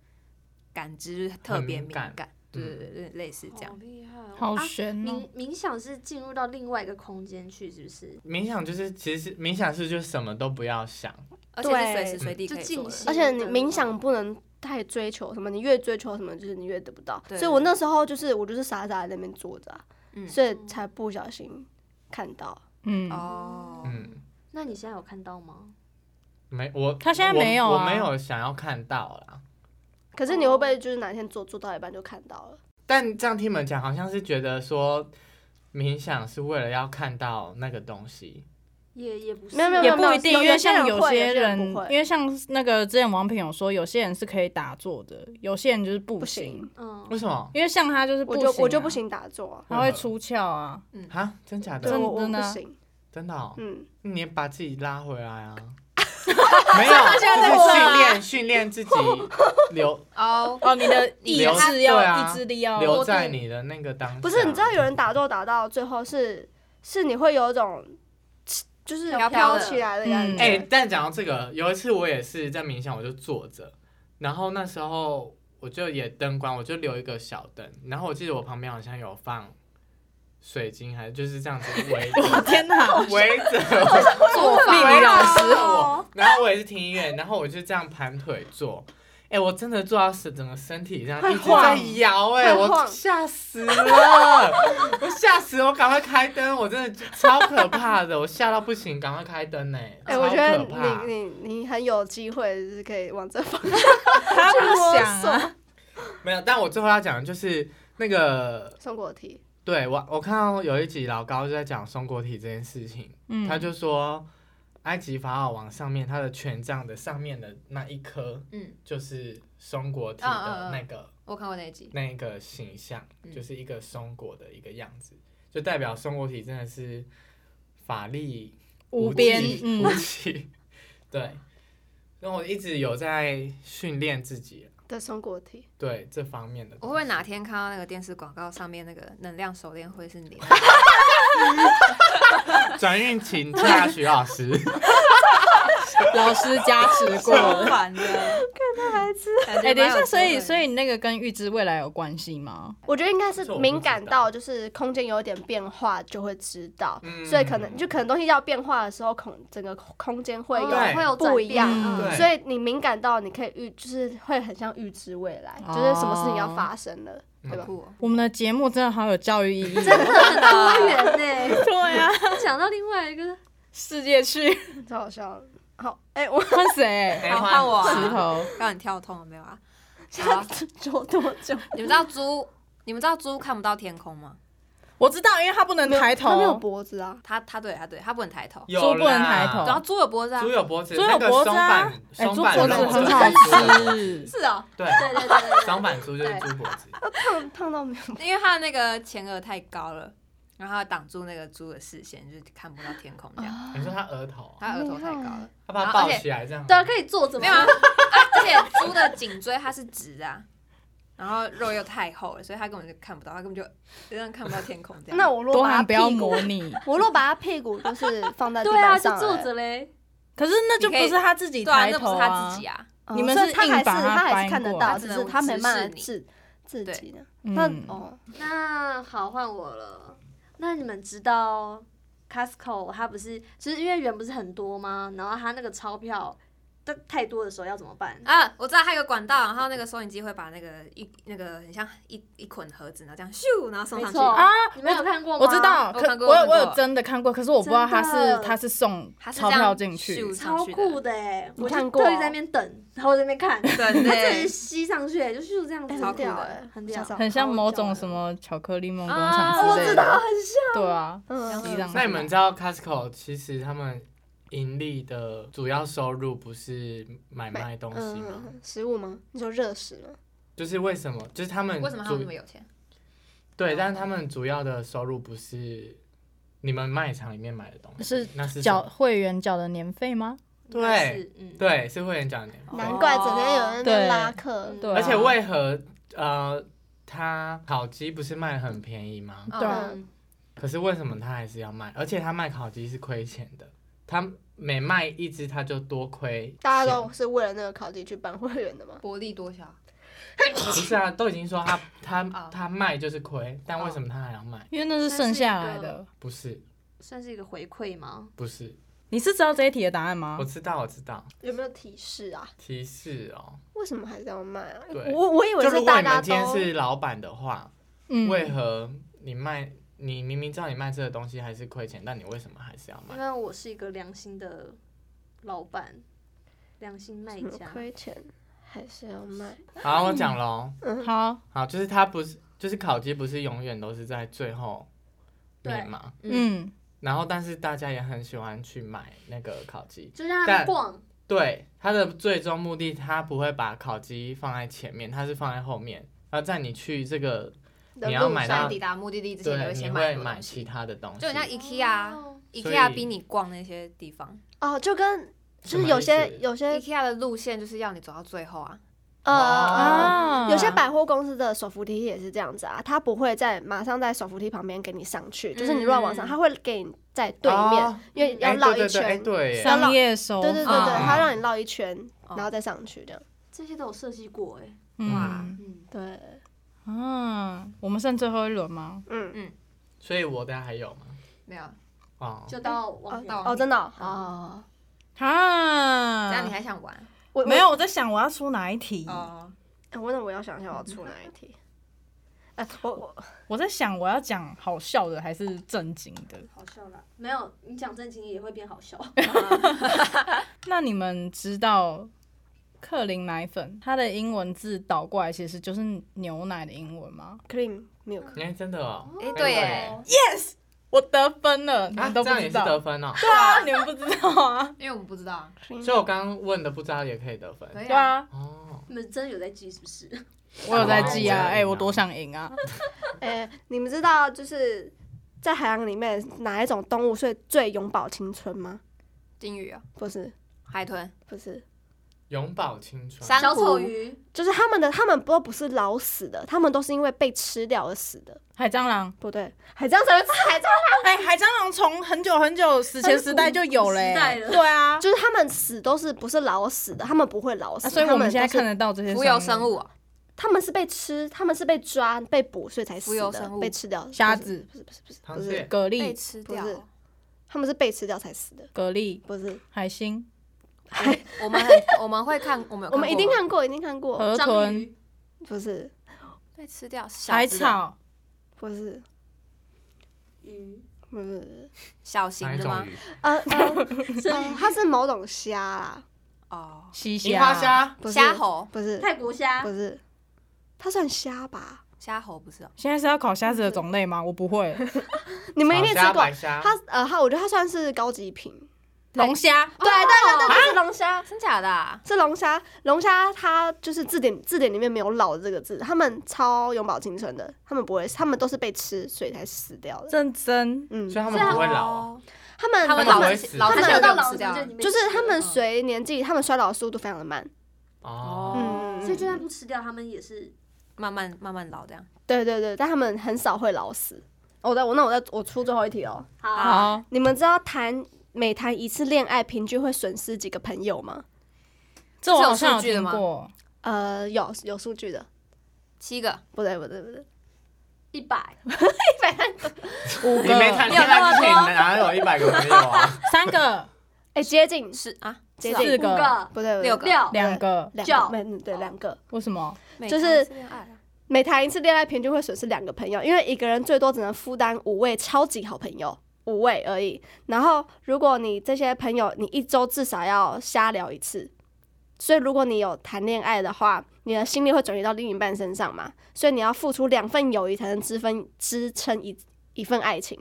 S3: 感知特别
S5: 很
S3: 敏
S5: 感
S3: 感，对对
S1: 嗯
S3: 对对，类似这
S4: 好
S3: 样。
S4: 厉害哦。
S1: 好
S4: 啊
S1: 悬哦、
S4: 冥冥想是进入到另外一个空间去，是不是？
S5: 冥想就是其实冥想是就是什么都不要想。
S2: 哦
S3: 而且是
S2: 对
S3: 随时随地可以
S4: 就静
S3: 做的。
S4: 心
S2: 而且你冥想不能太追求什么，你越追求什么，就是你越得不到。
S3: 对
S2: 所以我那时候就是我就是傻傻在那边坐着啊、
S3: 嗯
S2: 所以才不小心看到。
S1: 嗯，
S3: 哦，
S5: 嗯，
S4: 那你现在有看到吗？
S5: 没我
S1: 他现在
S5: 我
S1: 没有
S5: 我
S1: 啊
S5: 没有想要看到啦。
S2: 可是你会不会就是哪天做做到一半就看到了？
S5: 但这样听你们讲，好像是觉得说冥想是为了要看到那个东西，
S4: 也也不是，啊
S2: 没有没有
S1: 也不一定，
S2: 有
S1: 因为像
S2: 有些
S1: 些
S2: 人会有些人不会
S1: 因为像那个之前王品有说，有些人是可以打坐的，有些人就是不
S2: 不
S1: 行。
S2: 行，
S4: 嗯
S5: 为，什么
S1: 因为像他就是不
S2: 我
S1: 行、
S2: 就我就不，行打坐啊、
S1: 他会出窍啊。
S5: 啊？真假
S2: 嗯对，
S5: 的？
S2: 我我
S1: 真的
S2: 不
S1: 啊
S2: 行。
S5: 真的、哦？
S2: 嗯，
S5: 你也把自己拉回来啊！没有，就是训练训练自己 留
S3: 哦，
S1: 哦，你的意
S5: 留
S1: 志
S5: 对
S1: 要
S5: 啊
S1: 意志力要
S5: 留在你的那个当下。
S2: 哦不是，你知道有人打坐打到最后是是你会有一种就是
S3: 飘飘
S2: 飘
S3: 的
S2: 起来的感
S1: 嗯
S2: 觉。
S5: 哎、但讲到这个，有一次我也是在冥想，我就坐着，然后那时候我就也灯关，我就留一个小灯，然后我记得我旁边好像有放水晶，还是就是这样子 围
S1: 我
S5: 着
S1: 天哪！
S5: 围着
S3: 做法
S1: 命理老师
S5: 我，然后我也是听音乐，然后我就这样盘腿坐。哎、我真的坐到是整个身体这样
S2: 会
S5: 一直在
S2: 晃
S5: 摇、哎，
S2: 会
S5: 我
S2: 晃
S5: 吓死了， 我吓死了，我赶快开灯，我真的超可怕的，我吓到不行，赶快开灯呢、
S2: 哎、
S5: 超
S2: 我觉得
S5: 可怕
S2: 你你你很有机会，就是可以往这方 面
S1: 他
S2: 去摸
S1: 不
S2: 索。
S1: 想啊，
S5: 没有，但我最后要讲的就是那个，
S2: 松果体，
S5: 对我我看到有一集老高就在讲松果体这件事情，
S1: 嗯
S5: 他就说埃及法老王上面他的权杖的上面的那一颗
S3: 嗯，
S5: 就是松果体
S3: 嗯嗯
S5: 的
S3: 嗯
S5: 那个、
S3: 我看过那一
S1: 嗯
S3: 集，
S5: 那一个形象，
S3: 嗯
S5: 就是一个松果的一个样子，就代表松果体真的是法力
S1: 无边
S5: 际
S1: 嗯
S5: 无际，对。然后我一直有在训练自己
S2: 的松果体，
S5: 对这方面的东西。
S3: 我会不会哪天看到那个电视广告上面那个能量手链会是你的？
S5: 转运请假，徐 老师。
S1: 老师加 持 过
S3: 超
S1: 了。
S3: 烦的， 看他还吃。
S1: 哎，等一下，所以所以你那个跟预知未来有关系吗？
S2: 我觉得应该是
S5: 这我不
S2: 敏
S5: 知
S2: 感
S5: 道
S2: 到，就是空间有一点变化就会知道，
S5: 嗯
S2: 所以可能就可能东西要变化的时候，空整个空间会有
S4: 哦
S5: 对
S4: 会有
S2: 不
S4: 转
S2: 一
S4: 变
S2: 样
S4: 嗯
S5: 对
S2: 所以你敏感到，你可以预，就是会很像预知未来，
S1: 哦
S2: 就是什么事情要发生了，
S5: 嗯
S2: 对吧？
S3: 酷哦，
S1: 我们的节目真的好有教育 意义，
S4: 很多元呢。
S1: 对啊，
S4: 讲到另外一个，
S1: 世界去
S5: 嗯
S2: 太好笑了。好，哎、我
S1: 换谁？
S3: 好换我
S1: 石
S3: 啊，
S1: 头，
S3: 让你跳痛了没有啊？好
S2: 下次做多久？
S3: 你们知道猪，你们知道猪看不到天空吗？
S1: 我知道，因为他不能抬头，
S2: 他没有脖子啊，
S3: 它它对它对它不能抬头，
S5: 有
S1: 猪不能抬头
S3: 然后猪有脖子啊
S5: 猪，有脖子，
S1: 猪有脖子啊
S5: 那个
S1: 哎，猪
S5: 松板
S1: 脖子很
S5: 松板肉 就是
S1: 好
S5: 猪
S1: 吃，
S3: 是哦，
S5: 对，
S4: 对对对对
S5: 松板猪就是猪脖子。
S2: 胖胖到没有。啊
S3: 因为它的那个前额太高了，然后它挡住那个猪的视线，就是看不到天空这
S1: 哦
S3: 样，
S5: 你说它额头啊，
S3: 它额头太高了。
S5: 它把它抱起来这样。
S4: 对啊，可以坐着
S3: 没有啊，
S4: 吗？
S3: 啊而且猪的颈椎它是直的、啊，然后肉又太厚了，所以它根本就看不到，它根本就有点看不到天空这样。
S2: 那我若
S1: 多
S2: 把它
S1: 行不要
S2: 屁股，
S1: 模拟。
S2: 我若把它屁股就是放在地
S4: 对啊，
S2: 板
S4: 就
S2: 上、
S4: 坐着嘞。
S1: 可是那就不是他自己
S3: 对啊，
S1: 抬
S3: 那不
S1: 头
S3: 是它自己啊，
S2: 哎，
S1: 你们
S2: 哦所以
S1: 是
S2: 它
S1: 硬
S2: 还是
S1: 把它
S2: 它还
S1: 搬
S2: 是看得
S1: 过
S2: 到，
S3: 来
S2: 只
S3: 它
S2: 是
S3: 只
S2: 它
S3: 能
S2: 没办
S3: 直视
S2: 法
S3: 你
S2: 自自
S3: 对
S2: 己的。那
S1: 嗯，
S2: 哦，
S4: 那好，换我了。那你们知道 Costco 它不是，其实因为人不是很多吗？然后它那个钞票，但太多的时候要怎么办？
S3: 啊，我知道它有个管道，然后那个收银机会把那个一那个很像一一捆盒子，然后这样咻，然后送
S4: 没
S3: 上去。
S4: 错
S1: 啊，
S4: 你们有看过吗？
S1: 我知，道，
S3: 我
S1: 可
S3: 看过
S1: 我有
S3: 我看
S1: 我
S3: 过
S1: 有真的看过，可是我不知道他
S4: 真
S1: 是
S4: 的
S1: 他是送
S3: 它是
S1: 钞票进去，
S4: 超酷的哎！
S2: 你
S4: 我就
S2: 看过
S4: 特意在那边等，然后在那边 看，
S3: 真
S4: 它真的是
S3: 的。
S4: 吸上去，欸就是这样子，
S2: 哎
S3: 超
S2: 很
S3: 酷
S2: 屌
S3: 的
S2: 哎，
S4: 很屌
S2: 下次要
S1: 很像
S4: 超
S1: 某
S4: 屌
S1: 种
S4: 的
S1: 什么巧克力梦工
S3: 啊
S1: 厂
S3: 我
S1: 之类
S3: 知
S1: 的，
S3: 道
S1: 对啊，
S2: 嗯，
S1: 吸上
S5: 那
S1: 去
S5: 你们知道 Costco 其实他们盈利的主要收入不是买卖东西吗？
S2: 嗯，食物吗？你说热食吗？
S5: 就是为什么？就是他们
S3: 为什么他
S5: 主
S3: 们那么有钱？
S5: 对，但是他们主要的收入不是你们卖场里面买的东西，
S1: 是
S5: 那是什
S1: 缴
S5: 么
S1: 会员缴的年费吗？
S5: 对
S3: 应该是，嗯，
S5: 对，是会员讲的年费。
S2: 难怪整天有人在那边
S1: 对
S2: 拉客，
S3: 嗯
S1: 对啊，
S5: 而且为何呃，它烤鸡不是卖得很便宜吗？
S3: 嗯
S1: 对
S2: 啊
S3: 嗯
S5: 可是为什么它还是要卖？而且它卖烤鸡是亏钱的，它每卖一只它就多亏钱。
S2: 大家都是为了那个考题去办会员的吗？
S3: 薄利多销，
S5: 不是啊，都已经说它 它
S3: 哦
S5: 它卖就是亏，但为什么它还要卖？
S1: 因为那是剩下来
S4: 那是一
S1: 的。
S5: 不是
S4: 算是一个回馈吗？
S5: 不是，
S1: 你是知道这一题的答案吗
S2: 哦
S5: 我？知道我知道，
S2: 有没有提示啊？
S5: 提示哦。
S2: 为什么还是要卖啊？
S5: 对
S2: 我我以为
S5: 就是如果
S2: 大
S5: 你
S2: 家
S5: 们今天
S2: 都
S5: 是老板的话，
S1: 嗯，
S5: 为何你卖你明明知道你卖这个东西还是亏钱，但你为什么还是要
S4: 因
S5: 卖？
S4: 为我是一个良心的老板，良心卖
S2: 什么
S4: 家。
S2: 亏钱还是要卖，
S5: 好，我讲喽。
S1: 嗯好，
S5: 好，就是它不是，就是烤鸡不是永远都是在最后面嘛。
S1: 嗯，
S5: 然后，但是大家也很喜欢去买那个烤鸡。
S4: 就让他
S5: 但
S4: 们逛，
S5: 对，它的最终目的，它不会把烤鸡放在前面，它是放在后面。然后在你去这个，
S2: 的
S5: 你要
S2: 路
S5: 买
S3: 在
S5: 到
S2: 上
S3: 你抵达目的地之前，你
S5: 对，
S3: 会
S5: 你
S3: 先
S5: 会
S3: 很多
S5: 买
S3: 东西
S5: 其他的东西。
S3: 就很像 IKEA，
S4: 哦
S5: 所以
S3: IKEA 逼你逛那些地方，
S2: 哦，就跟
S5: 什
S2: 就
S5: 么
S2: 是有
S5: 意思
S2: 些有些
S3: IKEA 的路线就是要你走到最后啊，
S2: 呃呃
S1: 啊
S2: 有些百货公司的手扶梯也是这样子啊，它不会在马上在手扶梯旁边给你上去，就是你乱往上，
S3: 嗯
S2: 它会给你在对面，
S5: 哦
S2: 因为要
S5: 哎
S2: 绕
S5: 对
S2: 一
S5: 对对哎
S2: 圈，
S5: 对耶，
S1: 商业手
S2: 对对对对，
S1: 法
S2: 它让你绕一圈，
S3: 哦
S2: 然后再上去这样。
S4: 这些都有设计过哎。
S1: 哇
S3: 哇，
S4: 嗯，
S2: 对，
S1: 嗯，我们剩最后一轮吗？
S2: 嗯，
S5: 所以我的还有吗？
S3: 没有？
S5: 哦，
S4: 就到网友
S3: 到
S2: 哦，真的哦，
S3: 哦，这
S1: 啊，
S3: 样你还想玩？
S2: 我哎
S1: 没有，我在想我要出哪一
S2: 嗯
S1: 题，
S3: 哦，
S2: 我，我那我要想一下我要出哪一题。哎，我我
S1: 我在想我要讲好笑的还是正经的。
S4: 好笑啦，没有你讲正经也会变好笑。
S3: 哦
S1: 那你们知道克林奶粉它的英文字倒过来其实就是牛奶的英文吗？
S2: cream milk，
S5: 哎，真的哦，
S3: 哎对耶
S5: 耶，
S1: 我得分了，你
S5: 啊，
S1: 们
S5: 这
S1: 都不
S5: 样
S1: 知
S5: 也是
S1: 道。
S5: 得分哦。
S1: 对啊，你们不知道 啊？
S3: 因为我们不知道，
S5: 所以我刚刚问的不知道也可以得分。
S3: 可以
S1: 对啊，
S5: 哦，
S4: 你们真的有在记是不是？
S1: 我有在记啊，
S5: 哦
S1: 哎，我多想赢啊！
S2: 哎，你们知道就是在海洋里面哪一种动物是最永葆青春吗？
S3: 金鱼哦，
S2: 不是，
S3: 海豚，
S2: 不是，
S5: 永葆青春。
S3: 珊瑚
S4: 小丑鱼，
S2: 就是他们的，他们都不是老死的，他们都是因为被吃掉而死的。
S1: 海蟑螂，
S2: 不对，海蟑螂才会吃海蟑螂，
S1: 哎，海蟑螂从很久很久史前时代就有了，
S4: 很古时代
S1: 哎
S4: 了
S1: 对啊，
S2: 就是他们死都是不是老死的，他们不会老死，
S1: 啊所以
S2: 他
S1: 我
S2: 们
S1: 们现在
S2: 都是
S1: 看得到这些
S3: 浮游生
S1: 物，
S3: 物哦，
S2: 他们是被吃，他们是被抓被捕，所以才死
S3: 浮游
S2: 的
S3: 生，物
S2: 被吃掉。
S1: 虾
S2: 不是，
S1: 子、
S2: 不是不是不是
S5: 螃
S2: 不是，
S5: 蟹、
S1: 蛤
S3: 被
S1: 蜊、
S3: 吃
S2: 不
S3: 掉
S2: 是
S3: 哦。
S2: 他们是被吃掉才死的，
S1: 蛤蜊、
S2: 不是。
S1: 海星、
S3: 我们很 我们会看，我们有
S2: 我们
S3: 看
S2: 一定
S3: 过吗
S2: 看过，一定看过，
S1: 河
S4: 章
S1: 豚、
S4: 鱼，
S2: 不是
S3: 被吃掉，小啊
S1: 海
S3: 只的
S1: 草、
S2: 不是
S4: 鱼，
S2: 不是，
S3: 小型
S5: 哪一
S3: 的吗
S5: 种？鱼？
S2: 呃呃，呃它是某种虾啦，
S3: 哦，
S1: 西
S5: 樱花
S1: 虾、
S5: 虾。
S2: 不是
S3: 虾，猴，
S2: 不是
S4: 泰国虾
S2: 不，是，它算虾吧？
S3: 虾猴不是哦，
S1: 现在是要考虾子的种类吗？我不会。
S2: 你们一定
S5: 草
S2: 吃
S5: 虾
S2: 过，
S5: 白
S3: 啊
S5: 虾。
S2: 它呃它，我觉得它算是高级品。
S1: 龙虾，
S2: 对啊对对对，是龙虾，
S3: 哦啊真假的啊？
S2: 是龙虾。龙虾它就是字典字典里面没有“老”这个字，他们超永葆青春的，他们不会，他们都是被吃所以才死掉的。
S1: 认 真。
S2: 嗯，
S5: 所以他们不会老哦，
S3: 哦，
S2: 他们
S3: 他们
S5: 他
S3: 老
S5: 们
S3: 了
S5: 会
S3: 起
S5: 死
S3: 老
S2: 他
S3: 了
S2: 们
S3: 起来
S2: 有
S4: 到
S3: 就
S4: 老
S3: 吃掉
S4: 死
S3: 了
S4: 就，你被
S2: 就是
S4: 吃
S2: 他
S4: 了
S2: 们随年纪，他们衰老的速度非常的慢。
S5: 哦，
S2: 嗯，
S4: 所以就算不吃掉，他们也是
S3: 慢慢慢慢老这样。
S2: 对对对，但他们很少会老死。哦我在我那我在我出最后一题哦，
S4: 好。
S1: 好，
S2: 你们知道谈每谈一次恋爱平均会损失几个朋友吗？
S1: 这我
S3: 是有
S1: 好像有
S3: 数据的
S1: 听
S3: 吗
S1: 过。
S2: 呃，有有数据的，
S3: 七个，
S2: 不对不对不对，
S4: 一百，
S1: 五
S5: 你没
S1: 个
S5: 谈、恋爱之前哪有一百个朋友啊？
S1: 三个、
S2: 哎，接近
S3: 是啊，
S2: 接
S1: 四
S2: 近
S1: 个
S4: 五个，
S2: 不对不对
S3: 六个
S4: 六，
S1: 两个，
S2: 两
S4: 叫
S2: 个，没嗯对两个。
S1: 为什么？
S2: 就是
S3: 每谈一次恋爱啊
S2: 每谈一次恋爱，平均会损失两个朋友，因为一个人最多只能负担五位超级好朋友，五位而已。然后，如果你这些朋友，你一周至少要瞎聊一次。所以，如果你有谈恋爱的话，你的心力会转移到另一半身上嘛，所以你要付出两份友谊才能支分支撑一一份爱情。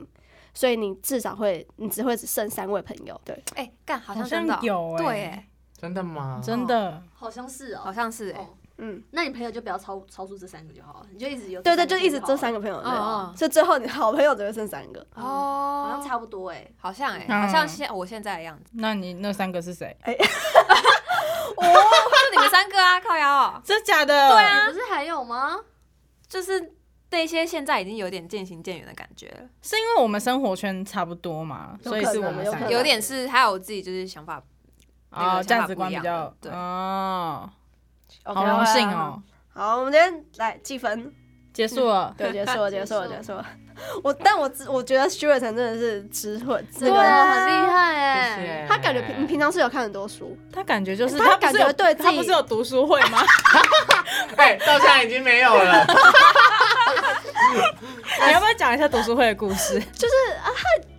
S2: 所以你至少会，你只会只剩三位朋友。对，
S3: 哎，干好
S1: 好
S3: 像真的
S1: 像
S3: 哦
S1: 有哎、
S3: 对耶，
S5: 真的吗？
S1: 真的。
S4: 好像是
S3: 好
S4: 哦。
S3: 像是哎，
S4: 哦，
S2: 嗯，
S4: 那你朋友就不要超超出这三个就好了，你就一直有。
S2: 对对，就一直这
S4: 这
S2: 三
S4: 个，
S2: 个朋友。对，啊
S3: 哦
S2: 所以最后你好朋友只会剩三个。
S4: 好像
S3: 哦，
S4: 差不多哎。
S3: 好像哎，
S1: 嗯
S3: 好像现我现在的样子，
S1: 那你那三个是谁？
S3: 就你们三个啊，靠腰哦，
S1: 真假的？对啊，
S4: 你不是还有吗？
S3: 就是那些现在已经有点渐行渐远的感觉了，
S1: 是因为我们生活圈差不多嘛，
S2: 有
S1: 所以
S2: 可
S1: 是
S2: 能
S1: 我们
S2: 有
S1: 三
S2: 可
S1: 个
S2: 能
S3: 有点是还有我自己就是想法，那
S1: 啊，
S3: 个
S1: 价
S3: 想法
S1: 值
S3: 不
S1: 观比
S3: 一样
S1: 较
S3: 的对
S1: 哦，
S2: OK，
S1: 好荣幸哦。
S2: 好，我们今天来计分，
S1: 结束了。
S2: 对，结束了，结束了，
S4: 结
S2: 结束了。我，但我只我觉得 Stuart 真的是智慧，那
S4: 真的
S2: 个
S4: 很厉害
S5: 谢
S4: 哎。
S5: 谢。
S2: 他感觉平你平常是有看很多书，
S1: 他感觉就是
S2: 他
S1: 他不是
S2: 感觉
S1: 有
S2: 对自己
S1: 他不是有读书会吗？
S5: 哎，到现在已经没有了。
S1: 你要不要讲一下读书会的故事？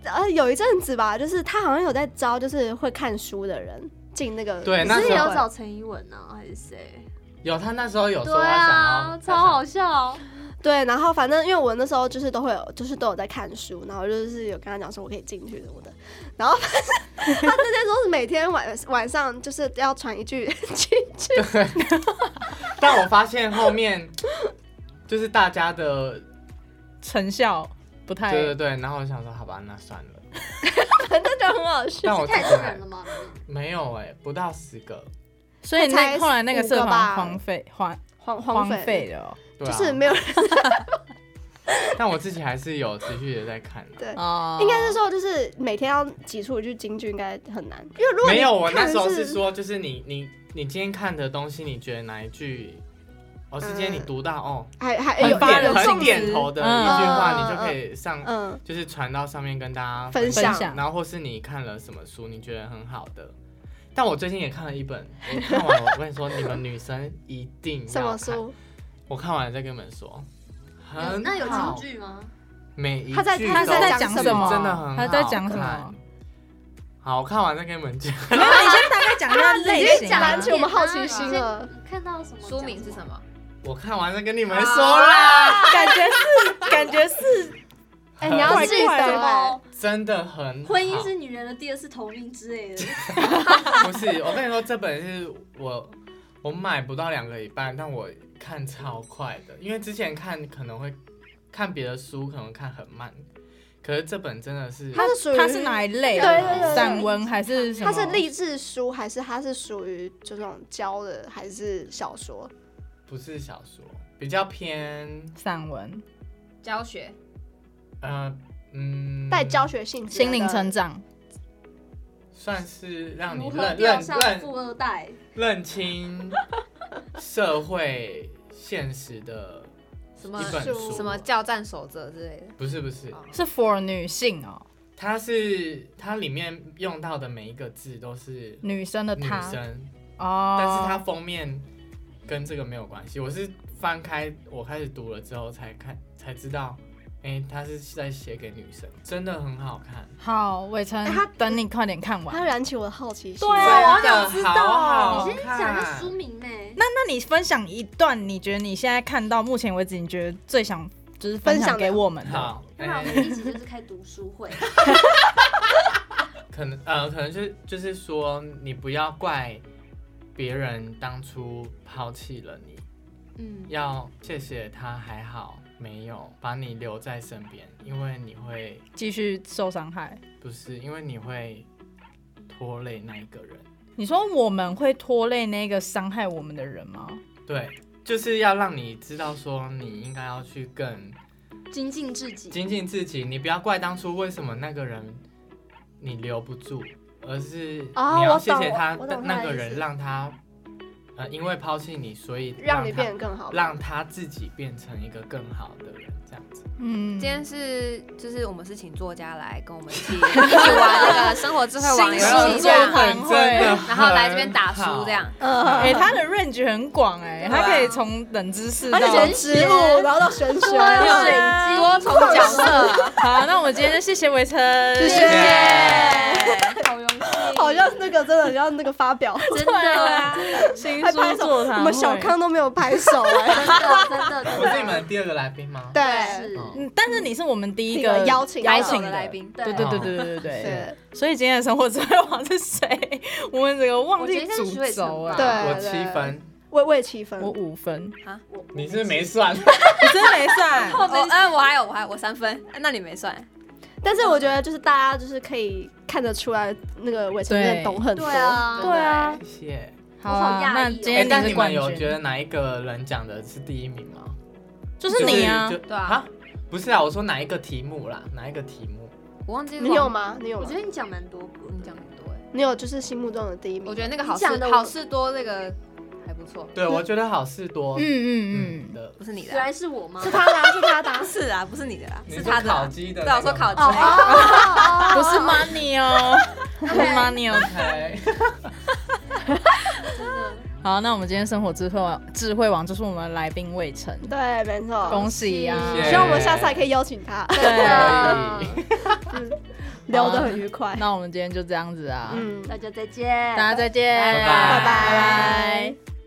S2: 呃，有一阵子吧，就是他好像有在招，就是会看书的人进那个
S5: 对
S4: 你
S5: 哎那
S4: 是
S5: 时候
S4: 有找陈怡文呢，还是谁？
S5: 有，他那时候有
S4: 对
S5: 哦说他想
S4: 啊
S5: 要，
S4: 超好笑。
S2: 对，然后反正因为我那时候就是都会有，就是都有在看书，然后就是有跟他讲说我可以进去什么的，然后反正 他那天说是每天晚晚上就是要传一句 进去，
S5: 但我发现后面 就是大家的，
S1: 成效不太
S5: 对对对，然后我想说，好吧，那算了。
S2: 那就很好笑。
S5: 但我
S4: 太
S5: 自己
S4: 多
S5: 还
S4: 人了 吗？
S5: 没有哎、不到十个，
S1: 所以
S2: 才
S1: 那后来那个
S2: 五
S1: 社
S2: 个
S1: 团
S2: 吧
S1: 荒废荒
S2: 荒
S1: 荒
S2: 废，
S1: 废了
S5: 对
S2: 就
S5: 啊，
S2: 是没有人。
S5: 但我自己还是有持续的在看啊、
S2: 对，
S1: 哦，
S2: 应该是说就是每天要挤出一句京剧应该很难，因为如果
S5: 没有，我
S2: 你看的
S5: 那时候是说，就是你你你今天看的东西，你觉得哪一句，哦，是今
S2: 嗯
S5: 天你读到、哦，
S2: 还还有
S5: 很
S1: 发人
S5: 点
S2: 有
S5: 很
S1: 重
S5: 点
S1: 视
S5: 头的一句
S1: 嗯
S5: 话，
S2: 嗯
S5: 你就可以上，
S2: 嗯
S5: 就是传到上面跟大家
S2: 分
S1: 分
S2: 享
S1: 享
S5: 然后或是你看了什么书，你觉得很好的。但我最近也看了一本，我看完我跟你说，你们女生一定要
S2: 什么
S5: 看？
S2: 书？
S5: 我看完了再跟你们说。
S4: 有
S5: 很
S4: 那有
S5: 好
S4: 京，剧吗？
S5: 每一
S2: 他在
S5: 句
S2: 他
S5: 都
S2: 在
S5: 是
S2: 讲什么
S5: 真的很
S1: 他在讲什么
S5: 好看？好，我看完再跟你们讲。
S1: 没有，你先大概讲一下
S5: 哎
S1: 类型
S2: 讲
S1: 啊。
S2: 篮球，我们好奇心了。
S4: 看到什么？
S3: 书名是什？么？
S5: 我看完再跟你们说啦，
S1: 感觉是感觉是
S2: 哎，你要
S1: 怪
S2: 记得
S1: 怪的
S2: 哎，
S5: 真的很好
S4: 婚姻是女人的第二次投命之类的。
S5: 不是？我跟你说，这本是我我买不到两个礼拜，但我看超快的，因为之前看可能会看别的书，可能看很慢，可是这本真的是
S2: 它是属于
S1: 它是哪一类的？
S2: 对对对对
S1: 散文还是什么？
S2: 它是励志书还是它是属于就那种教的还是小说？
S5: 不是小说，比较偏
S1: 散文，
S3: 教学
S5: 呃嗯
S2: 带教学性质
S1: 心灵
S2: 的
S1: 成长。
S5: 算是 嗯让你
S4: 如何
S5: 认
S4: 钓
S5: 认
S4: 上
S5: 认
S4: 富二代？
S5: 认清社会现实的
S3: 什么
S5: 一本
S2: 书
S5: 书，
S3: 什么教战守则之类的。
S5: 不是不是，
S3: 哦
S1: 是 for 女性哦，
S5: 它是它里面用到的每一个字都是
S1: 女生的
S5: 女
S1: 她
S5: 生，
S1: 哦，
S5: 但是它封面跟这个没有关系。我是翻开我开始读了之后才看才知道，哎、它是在写给女生，真的很好看。
S1: 好，伟成
S2: 哎它，
S1: 等你快点看完。
S2: 它燃起我的好奇心。
S1: 对啊
S5: 真
S1: 我
S5: 的
S1: 想知
S5: 好
S1: 道啊
S5: 好
S4: 你先讲一下
S5: 看
S4: 书名呢？
S1: 那那你分享一段，你觉得你现在看到目前为止，你觉得最想就是分享给我们的？
S5: 好，
S4: 那我
S5: 诶
S4: 们一起就是开读书 会，
S5: 可能呃，可能就是就是说，你不要怪别人当初抛弃了你，
S4: 嗯，
S5: 要谢谢他还好没有把你留在身边，因为你会
S1: 继续受伤害。
S5: 不是因为你会拖累那一个人，
S1: 你说我们会拖累那个伤害我们的人吗？
S5: 对，就是要让你知道说你应该要去更
S4: 精进自己。
S5: 精进自己，你不要怪当初为什么那个人你留不住，而是你
S2: 哦
S5: 要
S2: 我
S5: 谢谢
S2: 懂
S5: 他
S2: 我懂他
S5: 那
S2: 的
S5: 个
S2: 意
S5: 人，
S2: 思
S5: 让他呃因为抛弃你，所以
S2: 让你
S5: 他
S2: 变得更好，
S5: 让他自己变成一个更好的人，这样子。
S1: 嗯，
S3: 今天是就是我们是请作家来跟我们一 起一起玩那个生活智慧网游
S1: 新
S3: 戏这
S1: 手
S3: 样
S1: 作，坊会
S3: 啊 然后来这边打书这样。
S2: 呃，
S1: 哎、他的 range 很广哎、
S3: 对啊
S1: 他可以从冷知识
S2: 而
S1: 到
S2: 且从植物然后到玄学，
S1: 对
S3: 多重角色，
S1: 好，那我们今天就谢谢维晨，
S2: 谢
S5: 谢谢
S4: 好荣幸，
S2: 好像那个真的很像那个发表，
S4: 真的啊，
S1: 新
S2: 还
S1: 书
S2: 拍手，
S1: 座
S2: 我
S1: 谈
S2: 们小
S1: 会
S2: 康都没有拍手哎。
S4: 真的真的 真
S5: 我是你
S4: 的，
S5: 们第二个来宾吗？
S2: 对，
S4: 是
S5: 嗯
S1: 嗯，但是你是我们第一
S2: 第一
S1: 个
S2: 个邀请
S1: 邀
S3: 手
S1: 请
S3: 的来宾，
S1: 对
S4: 对
S1: 对对对对对对。
S2: 对
S1: 所以今天的生活智慧王是谁？我们整个忘
S4: 我觉
S1: 记主啊
S4: 得是徐
S1: 轴
S4: 伟
S1: 啊！
S4: 成吧
S2: 对，
S5: 我七分，
S2: 为为七分
S1: 我，五分，
S4: 我
S5: 你是不是没算。
S1: 你真没算。
S3: 哦，嗯，我还有我还有我三分，哎那你没算。
S2: 但是我觉得就是大家就是可以看得出来，那个伟成真的懂很多。
S4: 对啊，
S2: 对啊，
S5: 谢谢。
S1: 好
S4: 我好
S1: 啊，
S4: 讶异哦
S1: 那今
S5: 哎，
S1: 天
S5: 但
S1: 是
S5: 你
S1: 冠
S5: 们有觉
S1: 军，
S5: 得哪一个人讲的是第一名吗？
S1: 就是你啊
S5: 就！
S3: 对啊，
S5: 不是啊，我说哪一个题目啦？哪一个题目？
S3: 我忘
S4: 啊
S3: 记
S2: 你有？吗？你有
S4: 我
S2: 吗
S4: 觉？得你讲蛮多个
S5: 嗯
S3: 你讲很多哎，
S2: 你有就是心目中的第一名？
S3: 我觉得那个好事
S4: 你讲的我
S3: 好事多那个还不错，
S5: 对，我觉得好事多。
S1: 嗯嗯嗯，
S5: 的，
S3: 不是你
S4: 原
S3: 的啊，
S4: 来是我吗
S2: 是？他的啊，是他的啊
S3: 不。是啊，不是你的啦，
S5: 你
S3: 是
S5: 说
S3: 他的
S5: 烤
S3: 啊。
S5: 鸡的
S3: 对，
S5: 那
S3: 我
S5: 个吗。
S3: 说烤鸡
S2: 哦。
S1: 不是 money 哦，不是 money 哦。
S5: OK。
S1: 好，那我们今天生活智慧王，智慧王就是我们的来宾魏晨，
S2: 对，没错。
S1: 恭喜呀、
S5: 谢谢
S2: 希望我们下次还可以邀请他，
S5: 啊
S1: 对，
S3: 啊
S5: 可以
S2: 聊得很愉快。
S1: 那我们今天就这样子啊，
S2: 嗯，
S4: 大家再见，
S1: 大家再见，
S5: 拜拜
S1: 拜拜